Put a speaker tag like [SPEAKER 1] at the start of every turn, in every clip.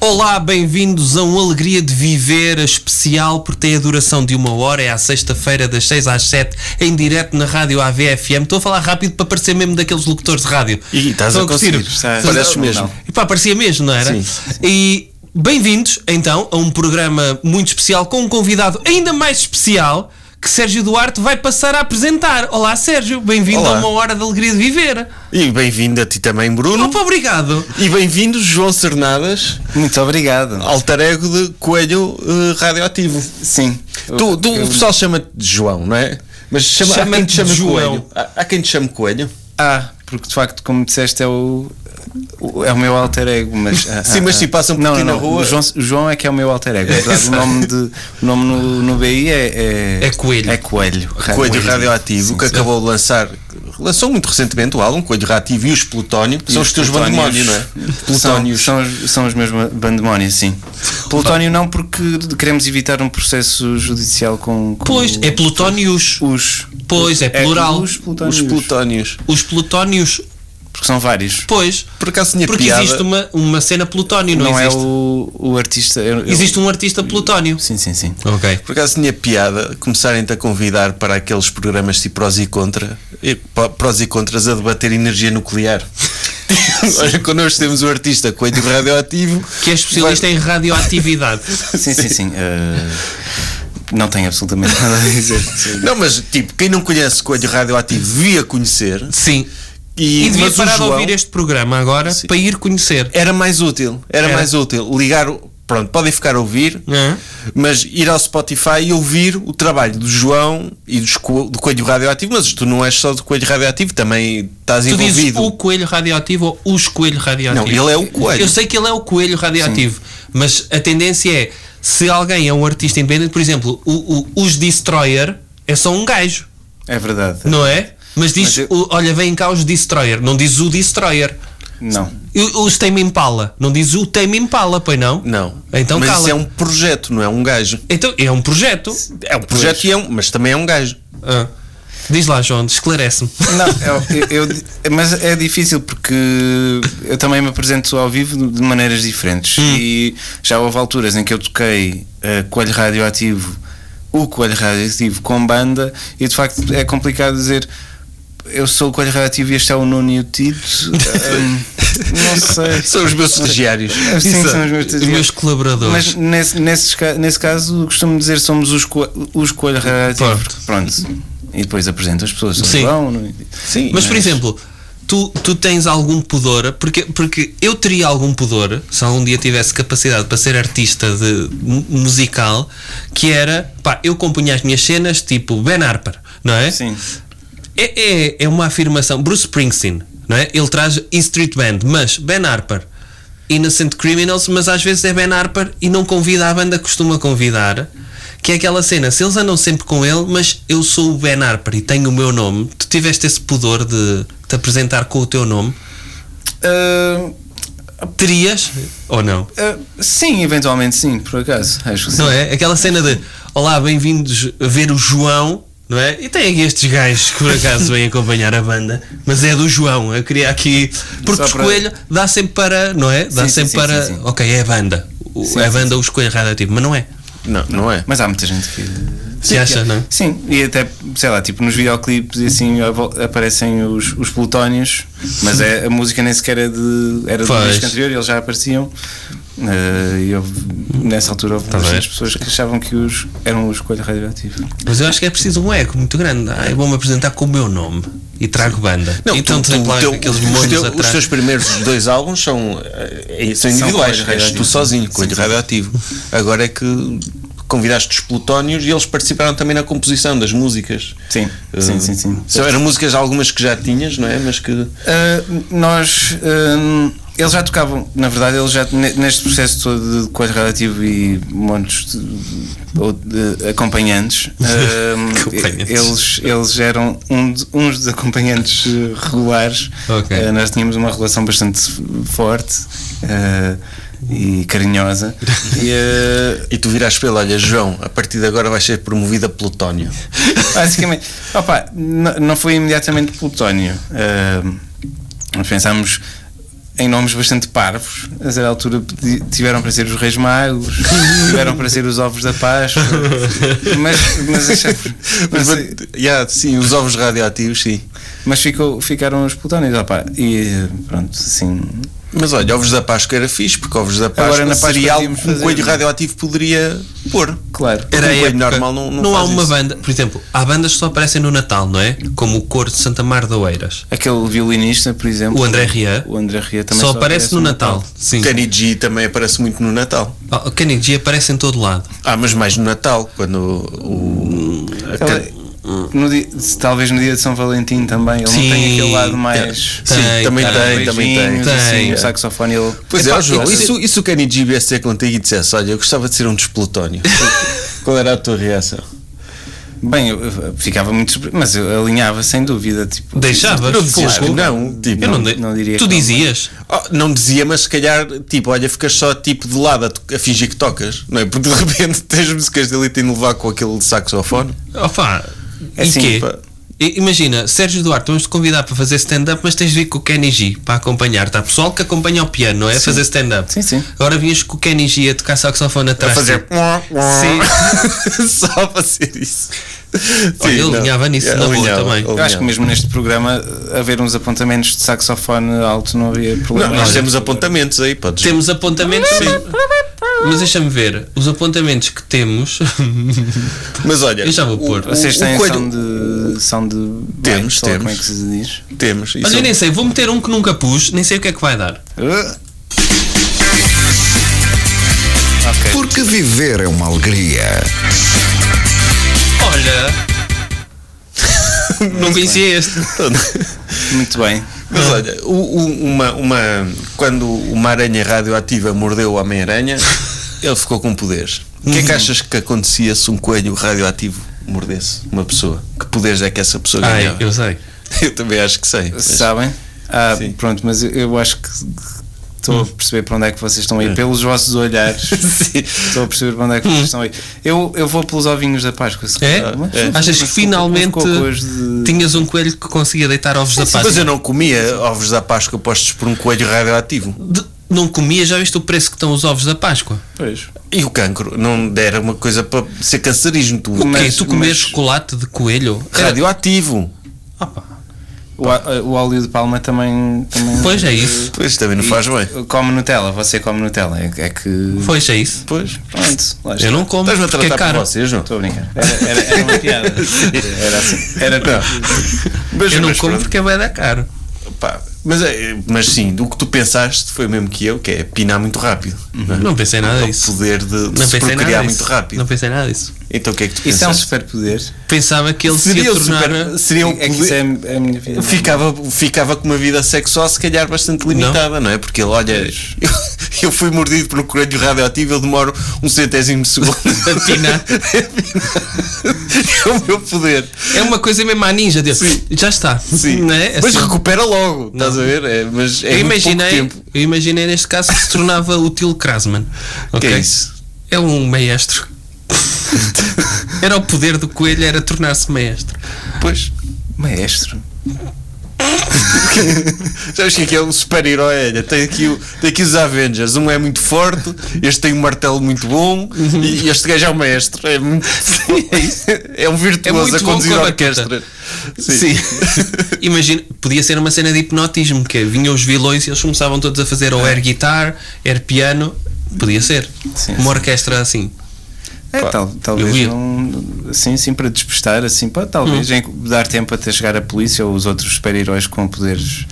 [SPEAKER 1] Olá, bem-vindos a um Alegria de Viver especial, porque tem a duração de uma hora, é à sexta-feira, das 6 às 7, em direto na rádio AVFM. Estou a falar rápido para parecer mesmo daqueles locutores de rádio.
[SPEAKER 2] E estás
[SPEAKER 1] Estão
[SPEAKER 2] a conseguir,
[SPEAKER 1] curtir?
[SPEAKER 2] está-
[SPEAKER 1] Estás-
[SPEAKER 2] pareces mesmo.
[SPEAKER 1] E pá, parecia mesmo, não era?
[SPEAKER 2] Sim.
[SPEAKER 1] E bem-vindos, então, a um programa muito especial, com um convidado ainda mais especial, que Sérgio Duarte vai passar a apresentar. Olá, Sérgio, bem-vindo
[SPEAKER 2] Olá.
[SPEAKER 1] a uma hora de Alegria de Viver.
[SPEAKER 2] E bem-vindo a ti também, Bruno.
[SPEAKER 1] Opa, obrigado.
[SPEAKER 2] E bem-vindo, João Cernadas,
[SPEAKER 3] Muito obrigado.
[SPEAKER 2] alter ego de Coelho eh, Radioativo.
[SPEAKER 3] Sim.
[SPEAKER 2] Tu, tu- o pessoal chama-te de João, não é? Mas chama, há quem
[SPEAKER 1] Chama-te
[SPEAKER 2] te chame
[SPEAKER 1] de João.
[SPEAKER 2] Coelho. Há, há quem te chame Coelho.
[SPEAKER 3] Ah, porque de facto, como disseste, é o, o- é o meu alter ego. Mas, ah,
[SPEAKER 2] Sim,
[SPEAKER 3] ah,
[SPEAKER 2] mas se
[SPEAKER 3] ah.
[SPEAKER 2] passam por
[SPEAKER 3] não,
[SPEAKER 2] ti
[SPEAKER 3] não,
[SPEAKER 2] na
[SPEAKER 3] não.
[SPEAKER 2] rua-
[SPEAKER 3] O João, o João é que é o meu alter ego. Apesar do nome de, o nome no, no BI é, é.
[SPEAKER 1] É Coelho.
[SPEAKER 3] É Coelho.
[SPEAKER 2] Coelho Radioativo, que acabou de lançar, lançou muito recentemente o álbum Coelho Radioativo e os Plutónio, que são os teus bandemónios, não é?
[SPEAKER 3] Plutónios.
[SPEAKER 2] Plutónios.
[SPEAKER 3] São, os- são os meus ba- bandemónios, sim. Plutónio não, porque queremos evitar um processo judicial com. com
[SPEAKER 1] Pois, é Plutónios.
[SPEAKER 3] Os.
[SPEAKER 1] Pois, é plural.
[SPEAKER 3] Os Plutónios.
[SPEAKER 2] Os Plutónios.
[SPEAKER 1] Os plutónios,
[SPEAKER 3] Porque são vários.
[SPEAKER 1] pois.
[SPEAKER 2] Por acaso tinha
[SPEAKER 1] Porque
[SPEAKER 2] piada.
[SPEAKER 1] existe uma, uma cena plutónio, não,
[SPEAKER 3] Não, é
[SPEAKER 1] existe?
[SPEAKER 3] o, o artista. eu- eu-
[SPEAKER 1] Existe um artista plutónio.
[SPEAKER 3] Sim, sim, sim.
[SPEAKER 1] Ok.
[SPEAKER 2] Por acaso tinha piada começarem-te a convidar para aqueles programas de prós e contra, e pró- prós e contras a debater energia nuclear. Olha, connosco temos o artista Coelho Radioativo.
[SPEAKER 1] Que é especialista em radioatividade.
[SPEAKER 3] Sim, sim, sim. Eh, não tenho absolutamente nada a dizer.
[SPEAKER 2] Não, mas tipo, quem não conhece Coelho Radioativo devia conhecer.
[SPEAKER 1] Sim.
[SPEAKER 2] E,
[SPEAKER 1] E, devia
[SPEAKER 2] mas o
[SPEAKER 1] parar de
[SPEAKER 2] João É
[SPEAKER 1] ouvir este programa agora para ir conhecer.
[SPEAKER 2] Era mais útil, era,
[SPEAKER 1] Era.
[SPEAKER 2] mais útil ligar. o- Pronto, podem ficar a ouvir,
[SPEAKER 1] Hã?
[SPEAKER 2] mas ir ao Spotify e ouvir o trabalho do João e dos co- do Coelho Radioativo. Mas tu não és só do Coelho Radioativo, também estás
[SPEAKER 1] Tu
[SPEAKER 2] envolvido.
[SPEAKER 1] dizes o coelho radioativo ou os coelho radioativo?
[SPEAKER 2] Não, ele é o coelho.
[SPEAKER 1] Eu sei que ele é o coelho radioativo, mas a tendência é se alguém é um artista independente, por exemplo, o- o- os Destroyer é só um gajo,
[SPEAKER 3] É verdade.
[SPEAKER 1] não é? Mas diz,
[SPEAKER 3] Mas eu-
[SPEAKER 1] o- olha, vem cá os Destroyer, não diz o Destroyer.
[SPEAKER 3] Não.
[SPEAKER 1] O- Os Tame Impala. Não diz o Tame Impala, pois não?
[SPEAKER 2] Não.
[SPEAKER 1] Então
[SPEAKER 2] mas
[SPEAKER 1] cala.
[SPEAKER 2] isso é um projeto, não é um gajo.
[SPEAKER 1] Então, é um projeto.
[SPEAKER 2] É um projeto, e é um, mas também é um gajo.
[SPEAKER 1] Ah. Diz lá, João, esclarece-me.
[SPEAKER 3] Não, eu- eu- eu- mas é difícil porque eu também me apresento ao vivo de maneiras diferentes. E já houve alturas em que eu toquei eh, Coelho Radioativo, o Coelho Radioativo com banda, e de facto é complicado dizer. Eu sou o Coelho Radioativo e este é o Nuno e o Tito. Ahm, não sei.
[SPEAKER 2] São os meus estagiários.
[SPEAKER 3] Sim,
[SPEAKER 2] Isso.
[SPEAKER 3] são os meus
[SPEAKER 1] Os meus
[SPEAKER 3] Mas
[SPEAKER 1] colaboradores.
[SPEAKER 3] nesse, nesses ca- nesse caso costumo dizer somos os, co os coelho radioativo.
[SPEAKER 1] Pronto.
[SPEAKER 3] Pronto. E depois apresento as pessoas. São
[SPEAKER 1] Sim.
[SPEAKER 3] João, não- é?
[SPEAKER 2] Sim,
[SPEAKER 1] Mas, por exemplo, tu, tu tens algum pudor, porque, porque eu teria algum pudor, se algum dia tivesse capacidade para ser artista de, mu- musical, que era, pá, eu compunha as minhas cenas tipo Ben Harper, não é?
[SPEAKER 3] Sim.
[SPEAKER 1] É, é, é uma afirmação. Bruce Springsteen, não é? Ele traz E Street Band, mas Ben Harper, Innocent Criminals, mas às vezes é Ben Harper e não convida a banda que costuma convidar. Que é aquela cena, se eles andam sempre com ele, mas eu sou o Ben Harper e tenho o meu nome, tu tiveste esse pudor de te apresentar com o teu nome?
[SPEAKER 3] Ah,
[SPEAKER 1] Terias? Ou não?
[SPEAKER 3] ah, sim, eventualmente sim, por acaso. Acho que sim.
[SPEAKER 1] Não é? Aquela cena de Olá, bem-vindos a ver o João, não é? E tem aqui estes gajos que por acaso vêm acompanhar a banda, mas é do João. Eu queria aqui. Porque
[SPEAKER 3] Só
[SPEAKER 1] o
[SPEAKER 3] para-
[SPEAKER 1] Escoelho dá sempre para, não é? Dá
[SPEAKER 3] Sim, sim,
[SPEAKER 1] sempre
[SPEAKER 3] sim,
[SPEAKER 1] para.
[SPEAKER 3] sim, sim.
[SPEAKER 1] Ok, é a banda. O- é a banda o Escoelho radioativo, mas não é.
[SPEAKER 2] Não, não é.
[SPEAKER 3] Mas há muita gente que.
[SPEAKER 1] Se acha, não é?
[SPEAKER 3] Sim, e até, sei lá, tipo nos videoclipes e assim a vol- aparecem os, os plutónios, mas é, a música nem sequer é de, era do
[SPEAKER 1] Pois.
[SPEAKER 3] disco anterior e eles já apareciam. Ah, E eu, nessa altura houve
[SPEAKER 1] Tá bem.
[SPEAKER 3] muitas pessoas que achavam que os, eram os coelho radioativo.
[SPEAKER 1] Mas eu acho que é preciso um eco muito grande. Ah, eu vou-me apresentar com o meu nome e trago banda.
[SPEAKER 2] Não,
[SPEAKER 1] então
[SPEAKER 2] tu- tu-
[SPEAKER 1] tem lá
[SPEAKER 2] o teu-
[SPEAKER 1] aqueles
[SPEAKER 2] os
[SPEAKER 1] monos
[SPEAKER 2] teu- Os
[SPEAKER 1] atrás.
[SPEAKER 2] teus primeiros dois álbuns são, eh, são individuais,
[SPEAKER 3] Coelho
[SPEAKER 2] és tu
[SPEAKER 3] Radioativo.
[SPEAKER 2] sozinho, Coelho Radioativo. Agora é que convidaste os Plutónios e eles participaram também na composição das músicas.
[SPEAKER 3] Sim,
[SPEAKER 2] Eh,
[SPEAKER 3] sim, sim, sim.
[SPEAKER 2] São, eram músicas algumas que já tinhas, não é? Mas que.
[SPEAKER 3] Ah, eh, nós. ah, Eles já tocavam, na verdade, eles já ne- neste processo todo de Coelho Relativo e montes de, ou de acompanhantes, ahm,
[SPEAKER 1] Acompanhantes.
[SPEAKER 3] eles, eles eram um de- uns dos acompanhantes eh, regulares.
[SPEAKER 1] Ok.
[SPEAKER 3] Eh, nós tínhamos uma relação bastante f- forte eh, e carinhosa. E, eh,
[SPEAKER 2] E tu viras pelo, olha, João, a partir de agora vais ser promovido a Plutónio.
[SPEAKER 3] Basicamente, opa, n- não foi imediatamente plutónio. Ahm, nós pensámos em nomes bastante parvos. A certa altura pedi- tiveram para ser os Reis Magos, tiveram para ser os Ovos da Páscoa. Mas, mas, achamos- mas,
[SPEAKER 2] é, Yeah, sim, os ovos radioativos, sim.
[SPEAKER 3] mas ficou, ficaram os plutónios. Opa, e pronto, assim.
[SPEAKER 2] Mas olha, ovos da Páscoa era fixe, porque ovos da Páscoa
[SPEAKER 3] Agora na Páscoa
[SPEAKER 2] seria algo
[SPEAKER 3] podíamos
[SPEAKER 2] que um
[SPEAKER 3] fazer,
[SPEAKER 2] coelho
[SPEAKER 3] não é?
[SPEAKER 2] radioativo poderia pôr.
[SPEAKER 3] Claro.
[SPEAKER 2] Era
[SPEAKER 1] Era
[SPEAKER 2] um
[SPEAKER 1] a
[SPEAKER 2] coelho
[SPEAKER 1] época.
[SPEAKER 2] normal, não, não,
[SPEAKER 1] há
[SPEAKER 2] faz
[SPEAKER 1] uma
[SPEAKER 2] isso.
[SPEAKER 1] banda, por exemplo, há bandas que só aparecem no Natal, não é? Como o Coro de Santa Mar de Oeiras.
[SPEAKER 3] Aquele violinista, por exemplo.
[SPEAKER 1] O André Rieu.
[SPEAKER 3] O André Ria
[SPEAKER 1] Só,
[SPEAKER 3] também
[SPEAKER 1] aparece, no Natal. Sim.
[SPEAKER 2] Kenny G também aparece muito no Natal.
[SPEAKER 1] Ah, O Kenny G aparece em todo lado.
[SPEAKER 2] Ah, mas mais no Natal, quando o. a
[SPEAKER 3] Ela-
[SPEAKER 2] can-
[SPEAKER 3] no dia- talvez no dia de São Valentim também. Ele
[SPEAKER 1] Sim,
[SPEAKER 3] não tem aquele lado mais.
[SPEAKER 2] Sim,
[SPEAKER 1] Tem, um
[SPEAKER 2] também
[SPEAKER 1] tem,
[SPEAKER 2] tem, também tem.
[SPEAKER 3] Beijinhos, assim,
[SPEAKER 1] Tem.
[SPEAKER 3] o saxofone ele.
[SPEAKER 2] Pois é,
[SPEAKER 1] Epá,
[SPEAKER 2] ó, João,
[SPEAKER 1] eu-
[SPEAKER 2] e se, e se o Kenny G viesse ter contigo e dissesse: Olha, eu gostava de ser um desplutónio? Qual era a tua reação?
[SPEAKER 3] Bem, eu, eu ficava muito surpreso, mas eu alinhava sem dúvida. Tipo,
[SPEAKER 1] Deixavas?
[SPEAKER 2] Não dizias
[SPEAKER 1] Fogo.
[SPEAKER 2] que não, tipo,
[SPEAKER 1] Eu não,
[SPEAKER 2] não-
[SPEAKER 1] dei-
[SPEAKER 3] não diria
[SPEAKER 1] Tu
[SPEAKER 3] que não.
[SPEAKER 1] dizias?
[SPEAKER 2] Oh, não dizia, mas se calhar, tipo, olha, ficas só tipo de lado a, to- a fingir que tocas, não é? Porque de repente tens músicas dele e tem de levar com aquele saxofone.
[SPEAKER 1] Opa,
[SPEAKER 3] É
[SPEAKER 1] e
[SPEAKER 3] assim,
[SPEAKER 1] quê?
[SPEAKER 2] pá.
[SPEAKER 1] I- Imagina, Sérgio Duarte, vamos-te convidar para fazer stand-up, mas tens de vir com o Kenny G para acompanhar. Tá? Pessoal que acompanha o piano, não é? Fazer stand-up.
[SPEAKER 3] Sim, sim.
[SPEAKER 1] Agora vinhas com o Kenny G a tocar saxofone atrás.
[SPEAKER 2] a fazer.
[SPEAKER 1] de ti. Sim.
[SPEAKER 2] só a fazer isso. É,
[SPEAKER 1] Olha, eu alinhava nisso na boa também.
[SPEAKER 3] Eu acho que mesmo neste programa eh, haver uns apontamentos de saxofone alto não havia
[SPEAKER 2] Não,
[SPEAKER 3] problema.
[SPEAKER 2] nós
[SPEAKER 1] é.
[SPEAKER 3] Olha,
[SPEAKER 2] temos apontamentos aí, podes.
[SPEAKER 1] Temos apontamentos. Mas deixa-me ver, os apontamentos que temos.
[SPEAKER 2] Mas olha,
[SPEAKER 1] Eu já vou
[SPEAKER 2] o-
[SPEAKER 1] pôr.
[SPEAKER 2] o-
[SPEAKER 3] Vocês
[SPEAKER 2] o
[SPEAKER 3] têm
[SPEAKER 2] coelho-
[SPEAKER 3] são de. São de
[SPEAKER 2] Temos,
[SPEAKER 3] sei
[SPEAKER 2] temos.
[SPEAKER 3] lá Como é que se diz?
[SPEAKER 2] Temos. isso
[SPEAKER 1] Olha,
[SPEAKER 2] é-
[SPEAKER 1] eu nem sei, vou meter um que nunca pus, nem sei o que é que vai dar.
[SPEAKER 4] Porque viver é uma alegria.
[SPEAKER 1] Olha. Não conhecia este.
[SPEAKER 3] Muito bem.
[SPEAKER 2] Mas olha, o- o- uma, uma, quando uma aranha radioativa mordeu o Homem-Aranha, ele ficou com poderes. O que é
[SPEAKER 1] Uhum.
[SPEAKER 2] que achas que acontecia se um coelho radioativo mordesse uma pessoa? Que poderes é que essa pessoa
[SPEAKER 1] Ai,
[SPEAKER 2] ganhava?
[SPEAKER 1] Ah, eu sei.
[SPEAKER 2] eu... também acho que sei. mas-
[SPEAKER 3] Sabem? Ah,
[SPEAKER 2] Sim.
[SPEAKER 3] pronto, mas eu, eu acho que. que
[SPEAKER 1] Hum.
[SPEAKER 3] Estou a perceber para onde é que vocês estão aí, pelos vossos olhares. Estou a perceber para onde é que vocês estão aí. Eu, eu vou pelos ovinhos da Páscoa. se
[SPEAKER 1] É?
[SPEAKER 3] calhar, mas- mas
[SPEAKER 1] Achas que
[SPEAKER 3] ficou-
[SPEAKER 1] finalmente
[SPEAKER 3] ficou com hoje de-
[SPEAKER 1] tinhas um coelho que conseguia deitar ovos da
[SPEAKER 2] Mas eu
[SPEAKER 1] Páscoa?
[SPEAKER 2] não comia ovos da Páscoa postos por um coelho radioativo.
[SPEAKER 1] De- Não comia, já viste o preço que estão os ovos da Páscoa?
[SPEAKER 3] Pois.
[SPEAKER 2] E o cancro? Não dera uma coisa para ser cancerígeno. Tu,
[SPEAKER 1] O quê?
[SPEAKER 3] Mas-
[SPEAKER 1] Tu comer
[SPEAKER 3] mas-
[SPEAKER 1] chocolate de coelho? Era-
[SPEAKER 2] radioativo.
[SPEAKER 3] O, á- o óleo de palma também. também
[SPEAKER 1] Pois é isso.
[SPEAKER 2] Pois também não faz bem.
[SPEAKER 3] Come Nutella, você come Nutella. É, é que.
[SPEAKER 1] Pois é isso.
[SPEAKER 2] Pois.
[SPEAKER 3] Pronto, lá está.
[SPEAKER 1] Eu não como,
[SPEAKER 2] Estás-me a
[SPEAKER 1] porque é
[SPEAKER 2] tratar por
[SPEAKER 1] caro.
[SPEAKER 2] vocês, não?
[SPEAKER 3] Estou a brincar. Era, era, era uma piada. Era assim. Era
[SPEAKER 2] Mas-
[SPEAKER 1] Eu não
[SPEAKER 2] mas
[SPEAKER 1] como
[SPEAKER 2] pronto.
[SPEAKER 1] porque vai dar caro.
[SPEAKER 2] Pá, mas, é- mas sim, do que tu pensaste foi o mesmo que eu, que é pinar muito rápido. Não, é?
[SPEAKER 1] Não pensei nada
[SPEAKER 2] É o
[SPEAKER 1] disso.
[SPEAKER 2] poder de, de
[SPEAKER 1] Não
[SPEAKER 2] se
[SPEAKER 1] pensei
[SPEAKER 2] procriar
[SPEAKER 1] nada
[SPEAKER 2] muito
[SPEAKER 1] disso.
[SPEAKER 2] rápido.
[SPEAKER 1] Não pensei nada disso.
[SPEAKER 2] Então o que é que tu
[SPEAKER 3] Isso é um
[SPEAKER 2] pensaste?
[SPEAKER 3] superpoder.
[SPEAKER 1] Pensava que ele se
[SPEAKER 2] seria
[SPEAKER 1] ia
[SPEAKER 2] o
[SPEAKER 1] tornar.
[SPEAKER 2] super, seria
[SPEAKER 1] um
[SPEAKER 2] o
[SPEAKER 3] É que isso é, é a minha vida.
[SPEAKER 2] ficava, ficava com uma vida sexual se calhar bastante limitada, não, é? Porque ele, olha, eu, eu fui mordido por um coelho radioativo, eu demoro um centésimo de segundo.
[SPEAKER 1] A pinar.
[SPEAKER 2] é o meu poder.
[SPEAKER 1] É uma coisa mesmo à ninja dele.
[SPEAKER 2] Sim.
[SPEAKER 1] Já está.
[SPEAKER 2] Sim.
[SPEAKER 1] Não é?
[SPEAKER 2] Mas
[SPEAKER 1] Assim,
[SPEAKER 2] recupera logo, estás a ver? É, mas é
[SPEAKER 1] eu,
[SPEAKER 2] em muito pouco
[SPEAKER 1] imaginei,
[SPEAKER 2] tempo.
[SPEAKER 1] eu imaginei neste caso que se tornava útil Krasman.
[SPEAKER 2] Que
[SPEAKER 1] Ok?
[SPEAKER 2] é isso?
[SPEAKER 1] É um maestro. era o poder do coelho, era tornar-se maestro.
[SPEAKER 2] Pois.
[SPEAKER 3] Maestro.
[SPEAKER 2] Sabes o que é que é um super-herói? Olha, tem aqui, o- tem aqui os Avengers. Um é muito forte, este tem um martelo muito bom
[SPEAKER 1] Uhum.
[SPEAKER 2] e este gajo é o mestre. É, muito, é um
[SPEAKER 1] É
[SPEAKER 2] virtuoso
[SPEAKER 1] muito
[SPEAKER 2] a
[SPEAKER 1] bom
[SPEAKER 2] conduzir
[SPEAKER 1] com a
[SPEAKER 2] a orquestra.
[SPEAKER 1] Sim. Imagina, podia ser uma cena de hipnotismo, que é, vinham os vilões e eles começavam todos a fazer
[SPEAKER 2] É.
[SPEAKER 1] ou air guitar, air piano. Podia ser.
[SPEAKER 3] Sim,
[SPEAKER 1] uma
[SPEAKER 3] sim.
[SPEAKER 1] orquestra assim.
[SPEAKER 3] É, tal-
[SPEAKER 1] eu
[SPEAKER 3] talvez
[SPEAKER 1] ia. Hum.
[SPEAKER 3] não. Assim, sim, para despistar, assim, pá, talvez em- dar tempo até chegar a polícia ou os outros super-heróis com poderes.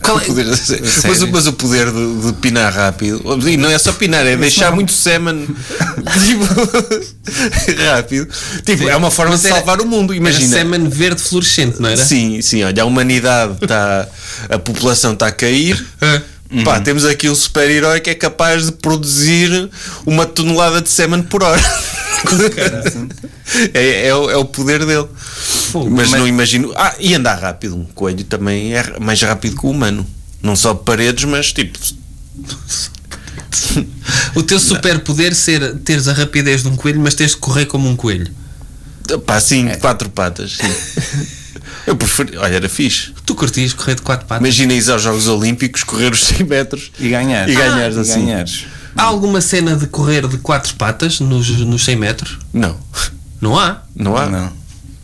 [SPEAKER 1] é-
[SPEAKER 2] O poder- mas, o-
[SPEAKER 3] sério?
[SPEAKER 2] mas o poder de, de pinar rápido, e não é só pinar, é deixar muito semen tipo, rápido. Tipo, é uma forma
[SPEAKER 1] Mas
[SPEAKER 2] de
[SPEAKER 1] era-
[SPEAKER 2] salvar o mundo.
[SPEAKER 1] Imagina.
[SPEAKER 2] Imagina,
[SPEAKER 1] Era semen verde fluorescente, não era?
[SPEAKER 2] tá, Sim, sim, olha, tá a humanidade está. A população está a cair.
[SPEAKER 1] Ah.
[SPEAKER 2] Pá, temos aqui um super-herói que é capaz de produzir uma tonelada de sêmen por hora. é, é o, é o poder dele. mas, não imagino. Ah, e andar rápido. Um coelho também é mais rápido que o humano. Não só paredes, mas tipo.
[SPEAKER 1] O teu superpoder ser teres a rapidez de um coelho, mas tens de correr como um coelho.
[SPEAKER 2] Pá, assim,
[SPEAKER 3] É.
[SPEAKER 2] quatro patas. sim. Eu preferi. Olha, era fixe.
[SPEAKER 1] Tu curtias correr de quatro patas?
[SPEAKER 2] Imagina ir aos Jogos Olímpicos, correr os 100 metros
[SPEAKER 3] E ganhares.
[SPEAKER 2] E ganhares
[SPEAKER 3] Ah, e
[SPEAKER 2] assim.
[SPEAKER 3] ganhares.
[SPEAKER 1] Há alguma cena de correr de quatro patas nos, nos 100 metros?
[SPEAKER 2] Não,
[SPEAKER 1] Não há.
[SPEAKER 2] não há.
[SPEAKER 3] Não.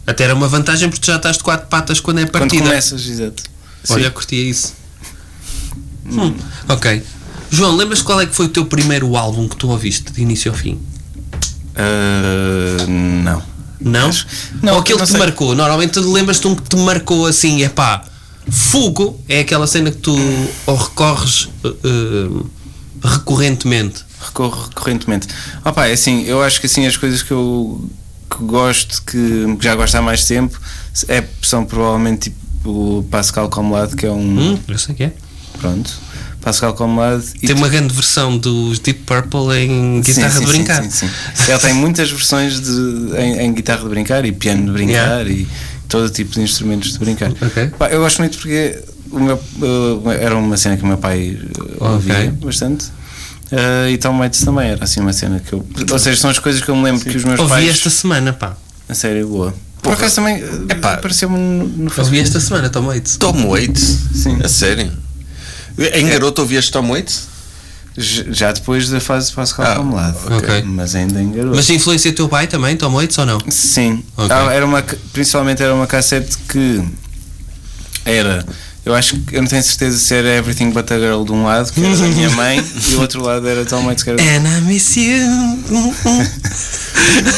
[SPEAKER 1] Até era uma vantagem porque tu já estás de quatro patas quando é
[SPEAKER 3] Quando
[SPEAKER 1] partida.
[SPEAKER 3] começas, exato.
[SPEAKER 1] Olha, curtia isso. Hum, Ok. João, lembras qual é que foi o teu primeiro álbum que tu ouviste de início ao fim?
[SPEAKER 3] Ah,
[SPEAKER 2] Hum,
[SPEAKER 3] não.
[SPEAKER 1] Não?
[SPEAKER 3] não,
[SPEAKER 1] Ou aquele
[SPEAKER 3] não
[SPEAKER 1] que te
[SPEAKER 3] sei.
[SPEAKER 1] marcou? Normalmente tu lembras-te um que te marcou assim, é pá, fogo, é aquela cena que tu ou recorres eh, eh, recorrentemente.
[SPEAKER 3] Recorro recorrentemente. Opa, é assim, eu acho que assim as coisas que eu que gosto, que, que já gosto há mais tempo, é, são provavelmente tipo o Pascal Comlade, que é um.
[SPEAKER 1] Hum, eu sei que é.
[SPEAKER 3] Pronto. Pascal Comlade e
[SPEAKER 1] Tem uma grande versão dos Deep Purple em guitarra
[SPEAKER 3] Sim, sim,
[SPEAKER 1] de brincar.
[SPEAKER 3] Sim, sim, sim. Ele tem muitas versões de, em, em guitarra de brincar e piano de brincar e todo tipo de instrumentos de brincar.
[SPEAKER 1] Ok.
[SPEAKER 3] Pá, eu gosto muito porque o meu, uh, era uma cena que o meu pai uh, ouvia
[SPEAKER 1] Ok.
[SPEAKER 3] bastante. Uh, e Tom Waits também era assim uma cena que eu. Ou seja, são as coisas que eu me lembro que os meus
[SPEAKER 1] Ouvi
[SPEAKER 3] pais.
[SPEAKER 1] esta semana, pá.
[SPEAKER 3] A sério, boa. Por acaso também
[SPEAKER 2] Epá.
[SPEAKER 3] uh, apareceu-me no, no
[SPEAKER 1] Ouvi
[SPEAKER 3] Facebook.
[SPEAKER 1] esta semana, Tom Waits.
[SPEAKER 2] Tom Waits?
[SPEAKER 3] Sim. É.
[SPEAKER 2] A sério? Em garoto ouvias Tom Waits?
[SPEAKER 3] J- Já depois da fase de Pascal
[SPEAKER 2] Ah,
[SPEAKER 3] Palmelado.
[SPEAKER 1] ok.
[SPEAKER 3] Mas ainda em garoto.
[SPEAKER 1] Mas influencia teu pai também, Tom Waits, ou não?
[SPEAKER 3] Sim.
[SPEAKER 1] Ok.
[SPEAKER 3] Ah, Era uma, ca- principalmente era uma cassete que era. Eu acho que eu não tenho certeza se era Everything But a Girl de um lado, que era da minha mãe, e o outro lado era Tom Waits, que era.
[SPEAKER 1] And I miss you.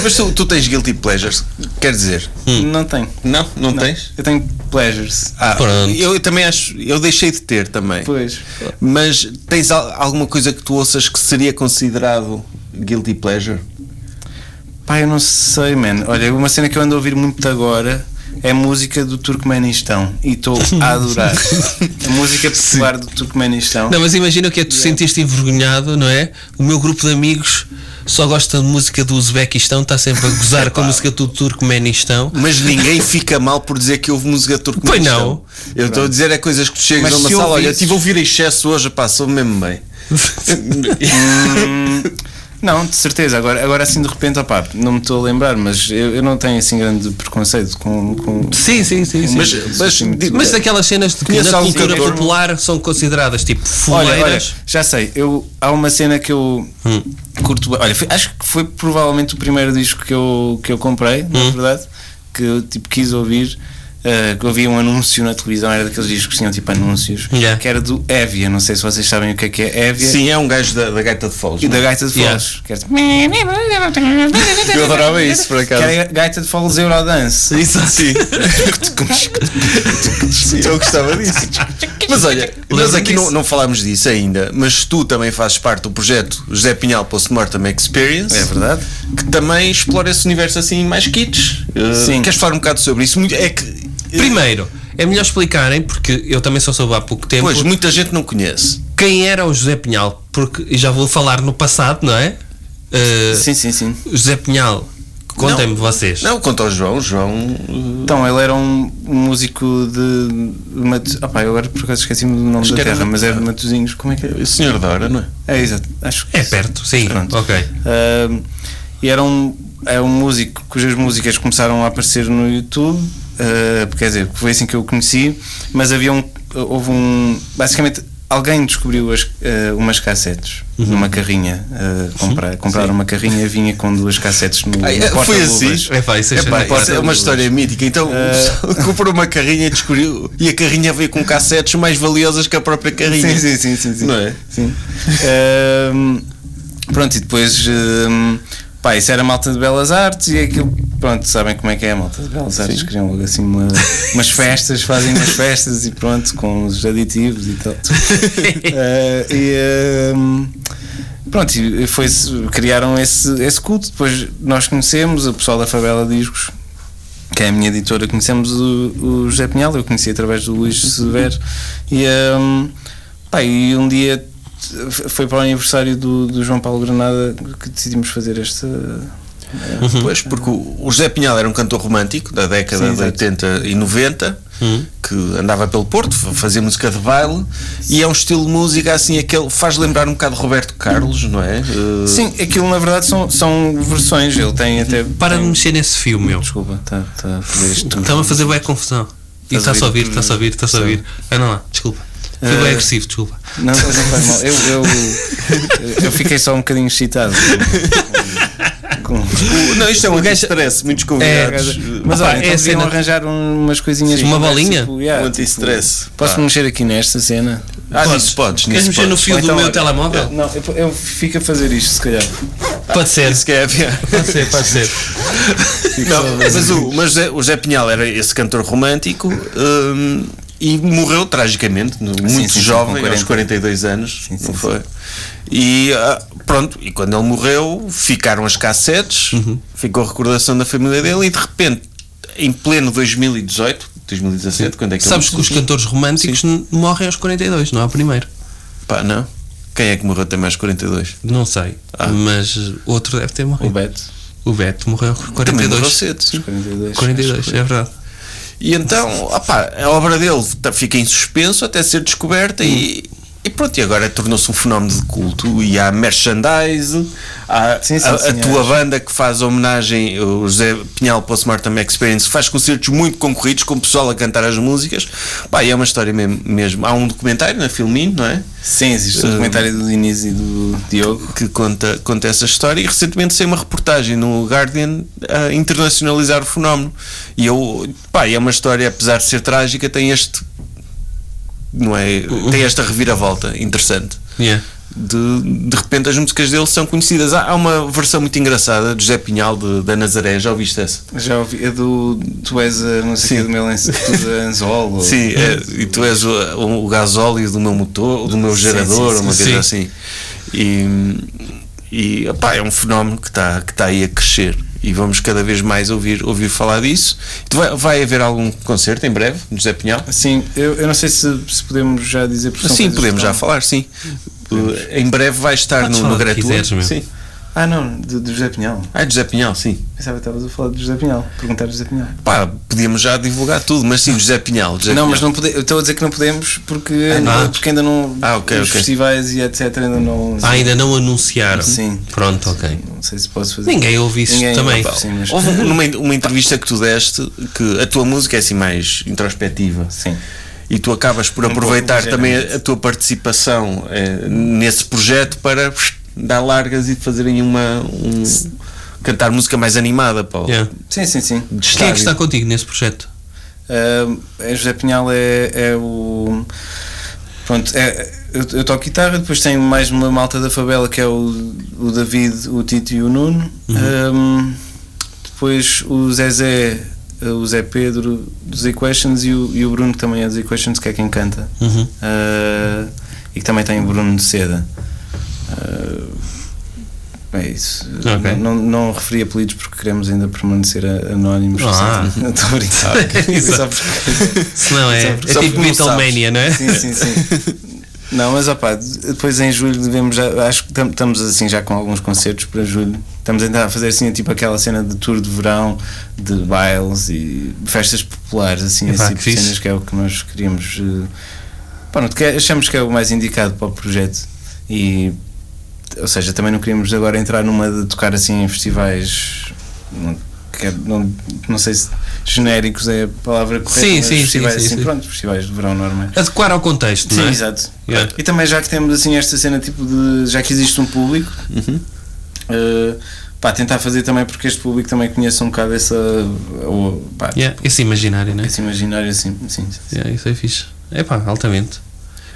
[SPEAKER 2] Mas tu, tu tens guilty pleasures? Quer dizer,
[SPEAKER 3] Não tenho.
[SPEAKER 2] não? Não, tens?
[SPEAKER 3] Eu tenho pleasures.
[SPEAKER 2] Ah,
[SPEAKER 1] Pronto.
[SPEAKER 2] Eu também acho, eu deixei de ter também.
[SPEAKER 3] Pois.
[SPEAKER 2] Mas tens al- alguma coisa que tu ouças que seria considerado guilty pleasure?
[SPEAKER 3] Pá, eu não sei, man. Olha, uma cena que eu ando a ouvir muito agora é música do Turkmenistão e estou a adorar. a música popular do Turkmenistão.
[SPEAKER 1] Não, mas imagina o que é, tu sentiste envergonhado, não é? O meu grupo de amigos só gosta de música do Uzbequistão, está sempre a gozar com a música do Turcomenistão.
[SPEAKER 2] Mas ninguém fica mal por dizer que houve música turca.
[SPEAKER 1] Pois não.
[SPEAKER 2] Eu estou a dizer é coisas que tu chegas
[SPEAKER 3] Mas
[SPEAKER 2] a uma
[SPEAKER 3] se
[SPEAKER 2] sala, olha,
[SPEAKER 3] ouvisses-
[SPEAKER 2] estive a ouvir excesso hoje, passou-me mesmo bem.
[SPEAKER 3] Hum, não, de certeza. Agora, agora assim de repente, opá, não me estou a lembrar, mas eu, eu não tenho assim grande preconceito com. com
[SPEAKER 1] Sim, sim, sim. sim. Mas,
[SPEAKER 2] Mas,
[SPEAKER 3] Sim,
[SPEAKER 2] mas,
[SPEAKER 3] sim.
[SPEAKER 2] digo-
[SPEAKER 1] mas aquelas cenas de que
[SPEAKER 2] Conheces
[SPEAKER 1] na
[SPEAKER 2] algum
[SPEAKER 1] cultura
[SPEAKER 2] cantor?
[SPEAKER 1] popular são consideradas tipo
[SPEAKER 3] Olha, olha,
[SPEAKER 1] fuleiras.
[SPEAKER 3] já sei, eu, há uma cena que eu curto. bem. Olha, foi- acho que foi provavelmente o primeiro disco que eu, que eu comprei, na verdade, que eu tipo, quis ouvir. eh, que eu vi um anúncio na televisão, era daqueles discos que tinham tipo anúncios,
[SPEAKER 1] Yeah.
[SPEAKER 3] que era do Évia. Não sei se vocês sabem o que é que é Évia
[SPEAKER 2] Sim, é um gajo da, da gaita de foles.
[SPEAKER 3] e da Gaita de
[SPEAKER 1] Yeah.
[SPEAKER 3] Foles. que era tipo, Eu
[SPEAKER 2] adorava isso, por acaso.
[SPEAKER 3] Que era Gaita de Foles Eurodance.
[SPEAKER 2] Isso assim. Eu gostava disso. Mas olha, nós aqui não, não falámos disso ainda, mas tu também fazes parte do projeto José Pinhal Postmortem Experience.
[SPEAKER 3] É verdade.
[SPEAKER 2] Que também explora esse universo assim mais kits.
[SPEAKER 3] Sim.
[SPEAKER 2] Queres falar um bocado sobre isso? Muito- É que.
[SPEAKER 1] Primeiro, é melhor explicarem, porque eu também só soube há pouco tempo
[SPEAKER 2] Pois, muita gente não conhece.
[SPEAKER 1] quem era o José Pinhal, porque e já vou falar no passado, não é? Uh,
[SPEAKER 3] Sim, sim, sim.
[SPEAKER 1] José Pinhal, contem-me vocês.
[SPEAKER 2] Não, conta ao João. João. uh,
[SPEAKER 3] Então, ele era um músico de. Matu... Opá, eu agora por acaso esqueci-me do nome
[SPEAKER 2] Acho
[SPEAKER 3] da
[SPEAKER 2] que era
[SPEAKER 3] terra,
[SPEAKER 2] de-
[SPEAKER 3] mas era de Matozinhos. Como é que é?
[SPEAKER 2] O senhor Dora, não é?
[SPEAKER 3] É, exato. Acho que
[SPEAKER 1] É perto, sim.
[SPEAKER 3] Pronto.
[SPEAKER 1] Ok.
[SPEAKER 3] Ahm, e era um, era um músico cujas músicas começaram a aparecer no YouTube, ah, quer dizer, foi assim que eu o conheci, mas havia um. Houve um. Basicamente, alguém descobriu as, ah, umas cassetes
[SPEAKER 1] Uhum.
[SPEAKER 3] numa carrinha. ah, comprar, comprar uma carrinha vinha com duas cassetes no,
[SPEAKER 2] Ai,
[SPEAKER 1] ah,
[SPEAKER 3] no
[SPEAKER 2] foi assim?
[SPEAKER 3] porta-luvas.
[SPEAKER 1] É pá, isso é,
[SPEAKER 2] Epá,
[SPEAKER 1] chato.
[SPEAKER 2] isso é uma história mítica. Então, o pessoal comprou uma carrinha e descobriu. E a carrinha veio com cassetes mais valiosas que a própria carrinha.
[SPEAKER 3] Sim, sim, sim, sim, sim.
[SPEAKER 2] Não é?
[SPEAKER 3] Sim. Ahm, pronto, e depois. ahm, pá, isso era malta de Belas Artes e aquilo. Pronto, sabem como é que é a malta de Belas Artes? Criam logo assim uma- umas festas, fazem umas festas e pronto, com os aditivos e tal. Ah, e. ahm, Pronto, e foi, criaram esse, esse culto. Depois nós conhecemos, o pessoal da Favela Discos que é a minha editora, conhecemos o, o José Pinhal, eu conheci através do Luís Severo e hum, Pá, e um dia t- foi para o aniversário do, do João Paulo Granada que decidimos fazer esta.
[SPEAKER 2] Uhum. Pois, porque o o José Pinhal era um cantor romântico da década
[SPEAKER 3] Sim,
[SPEAKER 2] de
[SPEAKER 3] exato.
[SPEAKER 2] 80 e 90 que andava pelo Porto, fa- fazia música de baile e é um estilo de música assim, aquele faz lembrar um bocado Roberto Carlos, não é? Eh,
[SPEAKER 3] Sim, aquilo na verdade são, são versões. Ele tem até.
[SPEAKER 1] Para de
[SPEAKER 3] tem-
[SPEAKER 1] mexer Então- nesse fio, meu.
[SPEAKER 3] Desculpa, está tá a fazer isto.
[SPEAKER 1] Estão a fazer bem confusão. E
[SPEAKER 3] Estás a
[SPEAKER 1] está-se a
[SPEAKER 3] ouvir? Eh,
[SPEAKER 1] ouvir, está-se a ouvir, está-se a ouvir. Anda lá, desculpa. Fui bem agressivo, desculpa.
[SPEAKER 3] Não, não faz mal. Eu, eu, eu fiquei só um bocadinho excitado. Com-
[SPEAKER 2] o- Não, isto é um
[SPEAKER 1] O gajo-
[SPEAKER 2] anti-stress, muitos convidados. eh,
[SPEAKER 3] Mas
[SPEAKER 1] Ah, pá,
[SPEAKER 3] olha, então
[SPEAKER 1] é a
[SPEAKER 3] deviam
[SPEAKER 1] cena-
[SPEAKER 3] arranjar um- umas coisinhas.
[SPEAKER 1] Sim, uma bolinha?
[SPEAKER 3] Tipo,
[SPEAKER 2] um
[SPEAKER 3] yeah, tipo,
[SPEAKER 2] anti-stress.
[SPEAKER 3] Posso mexer aqui nesta cena?
[SPEAKER 2] Ah, nisso podes,
[SPEAKER 1] Queres
[SPEAKER 2] nisso
[SPEAKER 1] mexer no
[SPEAKER 2] podes.
[SPEAKER 1] fio
[SPEAKER 3] Ou
[SPEAKER 1] do
[SPEAKER 3] então,
[SPEAKER 1] meu
[SPEAKER 3] olha,
[SPEAKER 1] telemóvel?
[SPEAKER 3] Não, eu, eu fico a fazer isto, se calhar.
[SPEAKER 1] Pode ser.
[SPEAKER 2] Isso que é, yeah.
[SPEAKER 1] Pode ser, pode ser.
[SPEAKER 2] Não, mas o, mas Zé- o Zé Pinhal era esse cantor romântico hum, e morreu tragicamente, no- muito
[SPEAKER 3] sim, sim,
[SPEAKER 2] jovem,
[SPEAKER 3] com 40.
[SPEAKER 2] aos 42 anos, não foi? E ah, pronto, e quando ele morreu, ficaram as cassetes, ficou a recordação da família dele e de repente, em pleno 2018, 2017, quando é que ele
[SPEAKER 1] Sabes que os
[SPEAKER 2] morreu?
[SPEAKER 1] cantores românticos n- morrem aos 42, não é o primeiro.
[SPEAKER 2] Pá, não? Quem é que morreu também aos 42?
[SPEAKER 1] Não sei, mas outro deve ter
[SPEAKER 3] Ah. O
[SPEAKER 1] morrido.
[SPEAKER 3] Beto,
[SPEAKER 1] O Beto morreu aos
[SPEAKER 2] Também morreu
[SPEAKER 1] 42.
[SPEAKER 2] cedo. sim.
[SPEAKER 3] 42.
[SPEAKER 1] 42, é verdade.
[SPEAKER 2] E então, opá, a obra dele tá- fica em suspenso até ser descoberta e, e pronto, e agora tornou-se um fenómeno de culto e há merchandise, há
[SPEAKER 3] Sim, sim,
[SPEAKER 2] a, a
[SPEAKER 3] senhores.
[SPEAKER 2] tua banda que faz homenagem, o José Pinhal para o Smart Home Experience, que faz concertos muito concorridos com o pessoal a cantar as músicas. Pá, e é uma história mesmo, mesmo. Há um documentário na Filmin, não é?
[SPEAKER 3] Sim, existe
[SPEAKER 1] Eh,
[SPEAKER 2] Ah.
[SPEAKER 3] o comentário do Diniz e do Diogo.
[SPEAKER 2] que conta, conta essa história e recentemente saiu uma reportagem no Guardian a internacionalizar o fenómeno. E eu, pá, é uma história, apesar de ser trágica, tem este não é, tem esta reviravolta interessante.
[SPEAKER 1] Yeah.
[SPEAKER 2] De, de repente as músicas dele são conhecidas. Há, há uma versão muito engraçada de José Pinhal de, da Nazaré, já ouviste essa?
[SPEAKER 3] Já ouvi. É do. Tu és a. Não sei o quê do meu lenço. Tu da Anzol. ou-
[SPEAKER 2] Sim, é, e tu és o, o, o gasóleo do meu motor, do meu
[SPEAKER 3] Sim,
[SPEAKER 2] gerador,
[SPEAKER 3] sim, sim.
[SPEAKER 2] uma coisa
[SPEAKER 1] Sim.
[SPEAKER 2] assim. E, e opá, é um fenómeno que está que tá aí a crescer. E vamos cada vez mais ouvir, ouvir falar disso. Tu vai, vai haver algum concerto em breve, no José Pinhal?
[SPEAKER 3] Sim, eu, eu não sei se, se podemos já dizer. porque são
[SPEAKER 2] Sim,
[SPEAKER 3] coisas
[SPEAKER 2] podemos
[SPEAKER 3] que
[SPEAKER 2] já
[SPEAKER 3] estão-
[SPEAKER 2] falar, sim. Uh, em breve vai estar
[SPEAKER 1] Podes
[SPEAKER 2] no,
[SPEAKER 1] falar
[SPEAKER 2] no
[SPEAKER 1] o que
[SPEAKER 2] Gratuito.
[SPEAKER 1] quiseres, meu.
[SPEAKER 2] Sim.
[SPEAKER 3] Ah, não, do, do José Pinhal.
[SPEAKER 2] Ah, José Pinhal, sim.
[SPEAKER 3] Pensava que estavas a falar do José Pinhal. Perguntar ao José Pinhal.
[SPEAKER 2] Pá, podíamos já divulgar tudo, mas sim, José Pinhal. José
[SPEAKER 3] Não,
[SPEAKER 2] Pinhal.
[SPEAKER 3] mas não pode, eu estou a dizer que não podemos porque,
[SPEAKER 1] não.
[SPEAKER 3] porque ainda não.
[SPEAKER 2] Ah, ok,
[SPEAKER 3] os
[SPEAKER 2] ok.
[SPEAKER 3] festivais e etc. ainda não.
[SPEAKER 1] Ah, ainda não anunciaram.
[SPEAKER 3] Sim.
[SPEAKER 1] Pronto, ok.
[SPEAKER 3] Não sei se posso fazer.
[SPEAKER 1] Ninguém ouve isso
[SPEAKER 3] Ninguém-
[SPEAKER 1] também.
[SPEAKER 3] Opa, sim, mas-
[SPEAKER 2] Houve numa, uma entrevista que tu deste que a tua música é assim mais introspectiva.
[SPEAKER 3] Sim.
[SPEAKER 2] E tu acabas por aproveitar
[SPEAKER 3] pouco,
[SPEAKER 2] também
[SPEAKER 3] ligeiramente.
[SPEAKER 2] a tua participação eh, nesse projeto para psh, dar largas e fazerem uma. um- cantar música mais animada, Paulo.
[SPEAKER 1] Yeah.
[SPEAKER 3] Sim, sim, sim.
[SPEAKER 2] De
[SPEAKER 1] Quem é que está
[SPEAKER 2] estádio.
[SPEAKER 1] contigo nesse projeto?
[SPEAKER 3] Ah, é José Pinhal é, é o. Pronto, é, eu, eu toco guitarra, depois tenho mais uma malta da favela que é o, o David, o Tito e o Nuno. Ah, depois o Zezé, o Zé Pedro dos Equations e o, e o Bruno que também é dos Equations, que é quem canta. Ah, e que também tem o Bruno de Seda. Ah, é isso.
[SPEAKER 1] Ok.
[SPEAKER 3] Não, não, não referi apelidos porque queremos ainda permanecer a- anónimos.
[SPEAKER 1] Ah.
[SPEAKER 3] Não estou a brincar. Só porque-
[SPEAKER 1] Se não é,
[SPEAKER 3] Só
[SPEAKER 1] é
[SPEAKER 3] porque-
[SPEAKER 2] só
[SPEAKER 1] tipo
[SPEAKER 2] porque não
[SPEAKER 1] Beatlemania, não é?
[SPEAKER 3] Sim, sim, sim. Não, mas opá, depois em julho devemos já, acho que tam- estamos assim já com alguns concertos para julho. Estamos a tentar fazer assim tipo aquela cena de tour de verão, de bailes e festas populares, assim,
[SPEAKER 1] Epá,
[SPEAKER 3] esse
[SPEAKER 1] que
[SPEAKER 3] tipo de
[SPEAKER 1] fixe.
[SPEAKER 3] cenas que é o que nós queríamos. eh, Pronto, que é- achamos que é o mais indicado para o projeto e ou seja, também não queríamos agora entrar numa de tocar assim em festivais não, quero- não, não sei se genéricos é a palavra correta,
[SPEAKER 1] Sim,
[SPEAKER 3] mas
[SPEAKER 1] sim, sim,
[SPEAKER 3] festivais
[SPEAKER 1] sim,
[SPEAKER 3] assim,
[SPEAKER 1] sim.
[SPEAKER 3] pronto, festivais de verão normais.
[SPEAKER 1] Adequar ao contexto,
[SPEAKER 3] Sim,
[SPEAKER 1] não é?
[SPEAKER 3] exato.
[SPEAKER 1] Yeah.
[SPEAKER 3] E também já que temos assim esta cena tipo de já que existe um público,
[SPEAKER 1] Uhum.
[SPEAKER 3] eh, pá, tentar fazer também porque este público também conheça um bocado essa ou, pá,
[SPEAKER 1] Yeah, Esse imaginário, não é?
[SPEAKER 3] esse imaginário assim, sim, sim.
[SPEAKER 1] Yeah, isso é fixe. É pá, altamente.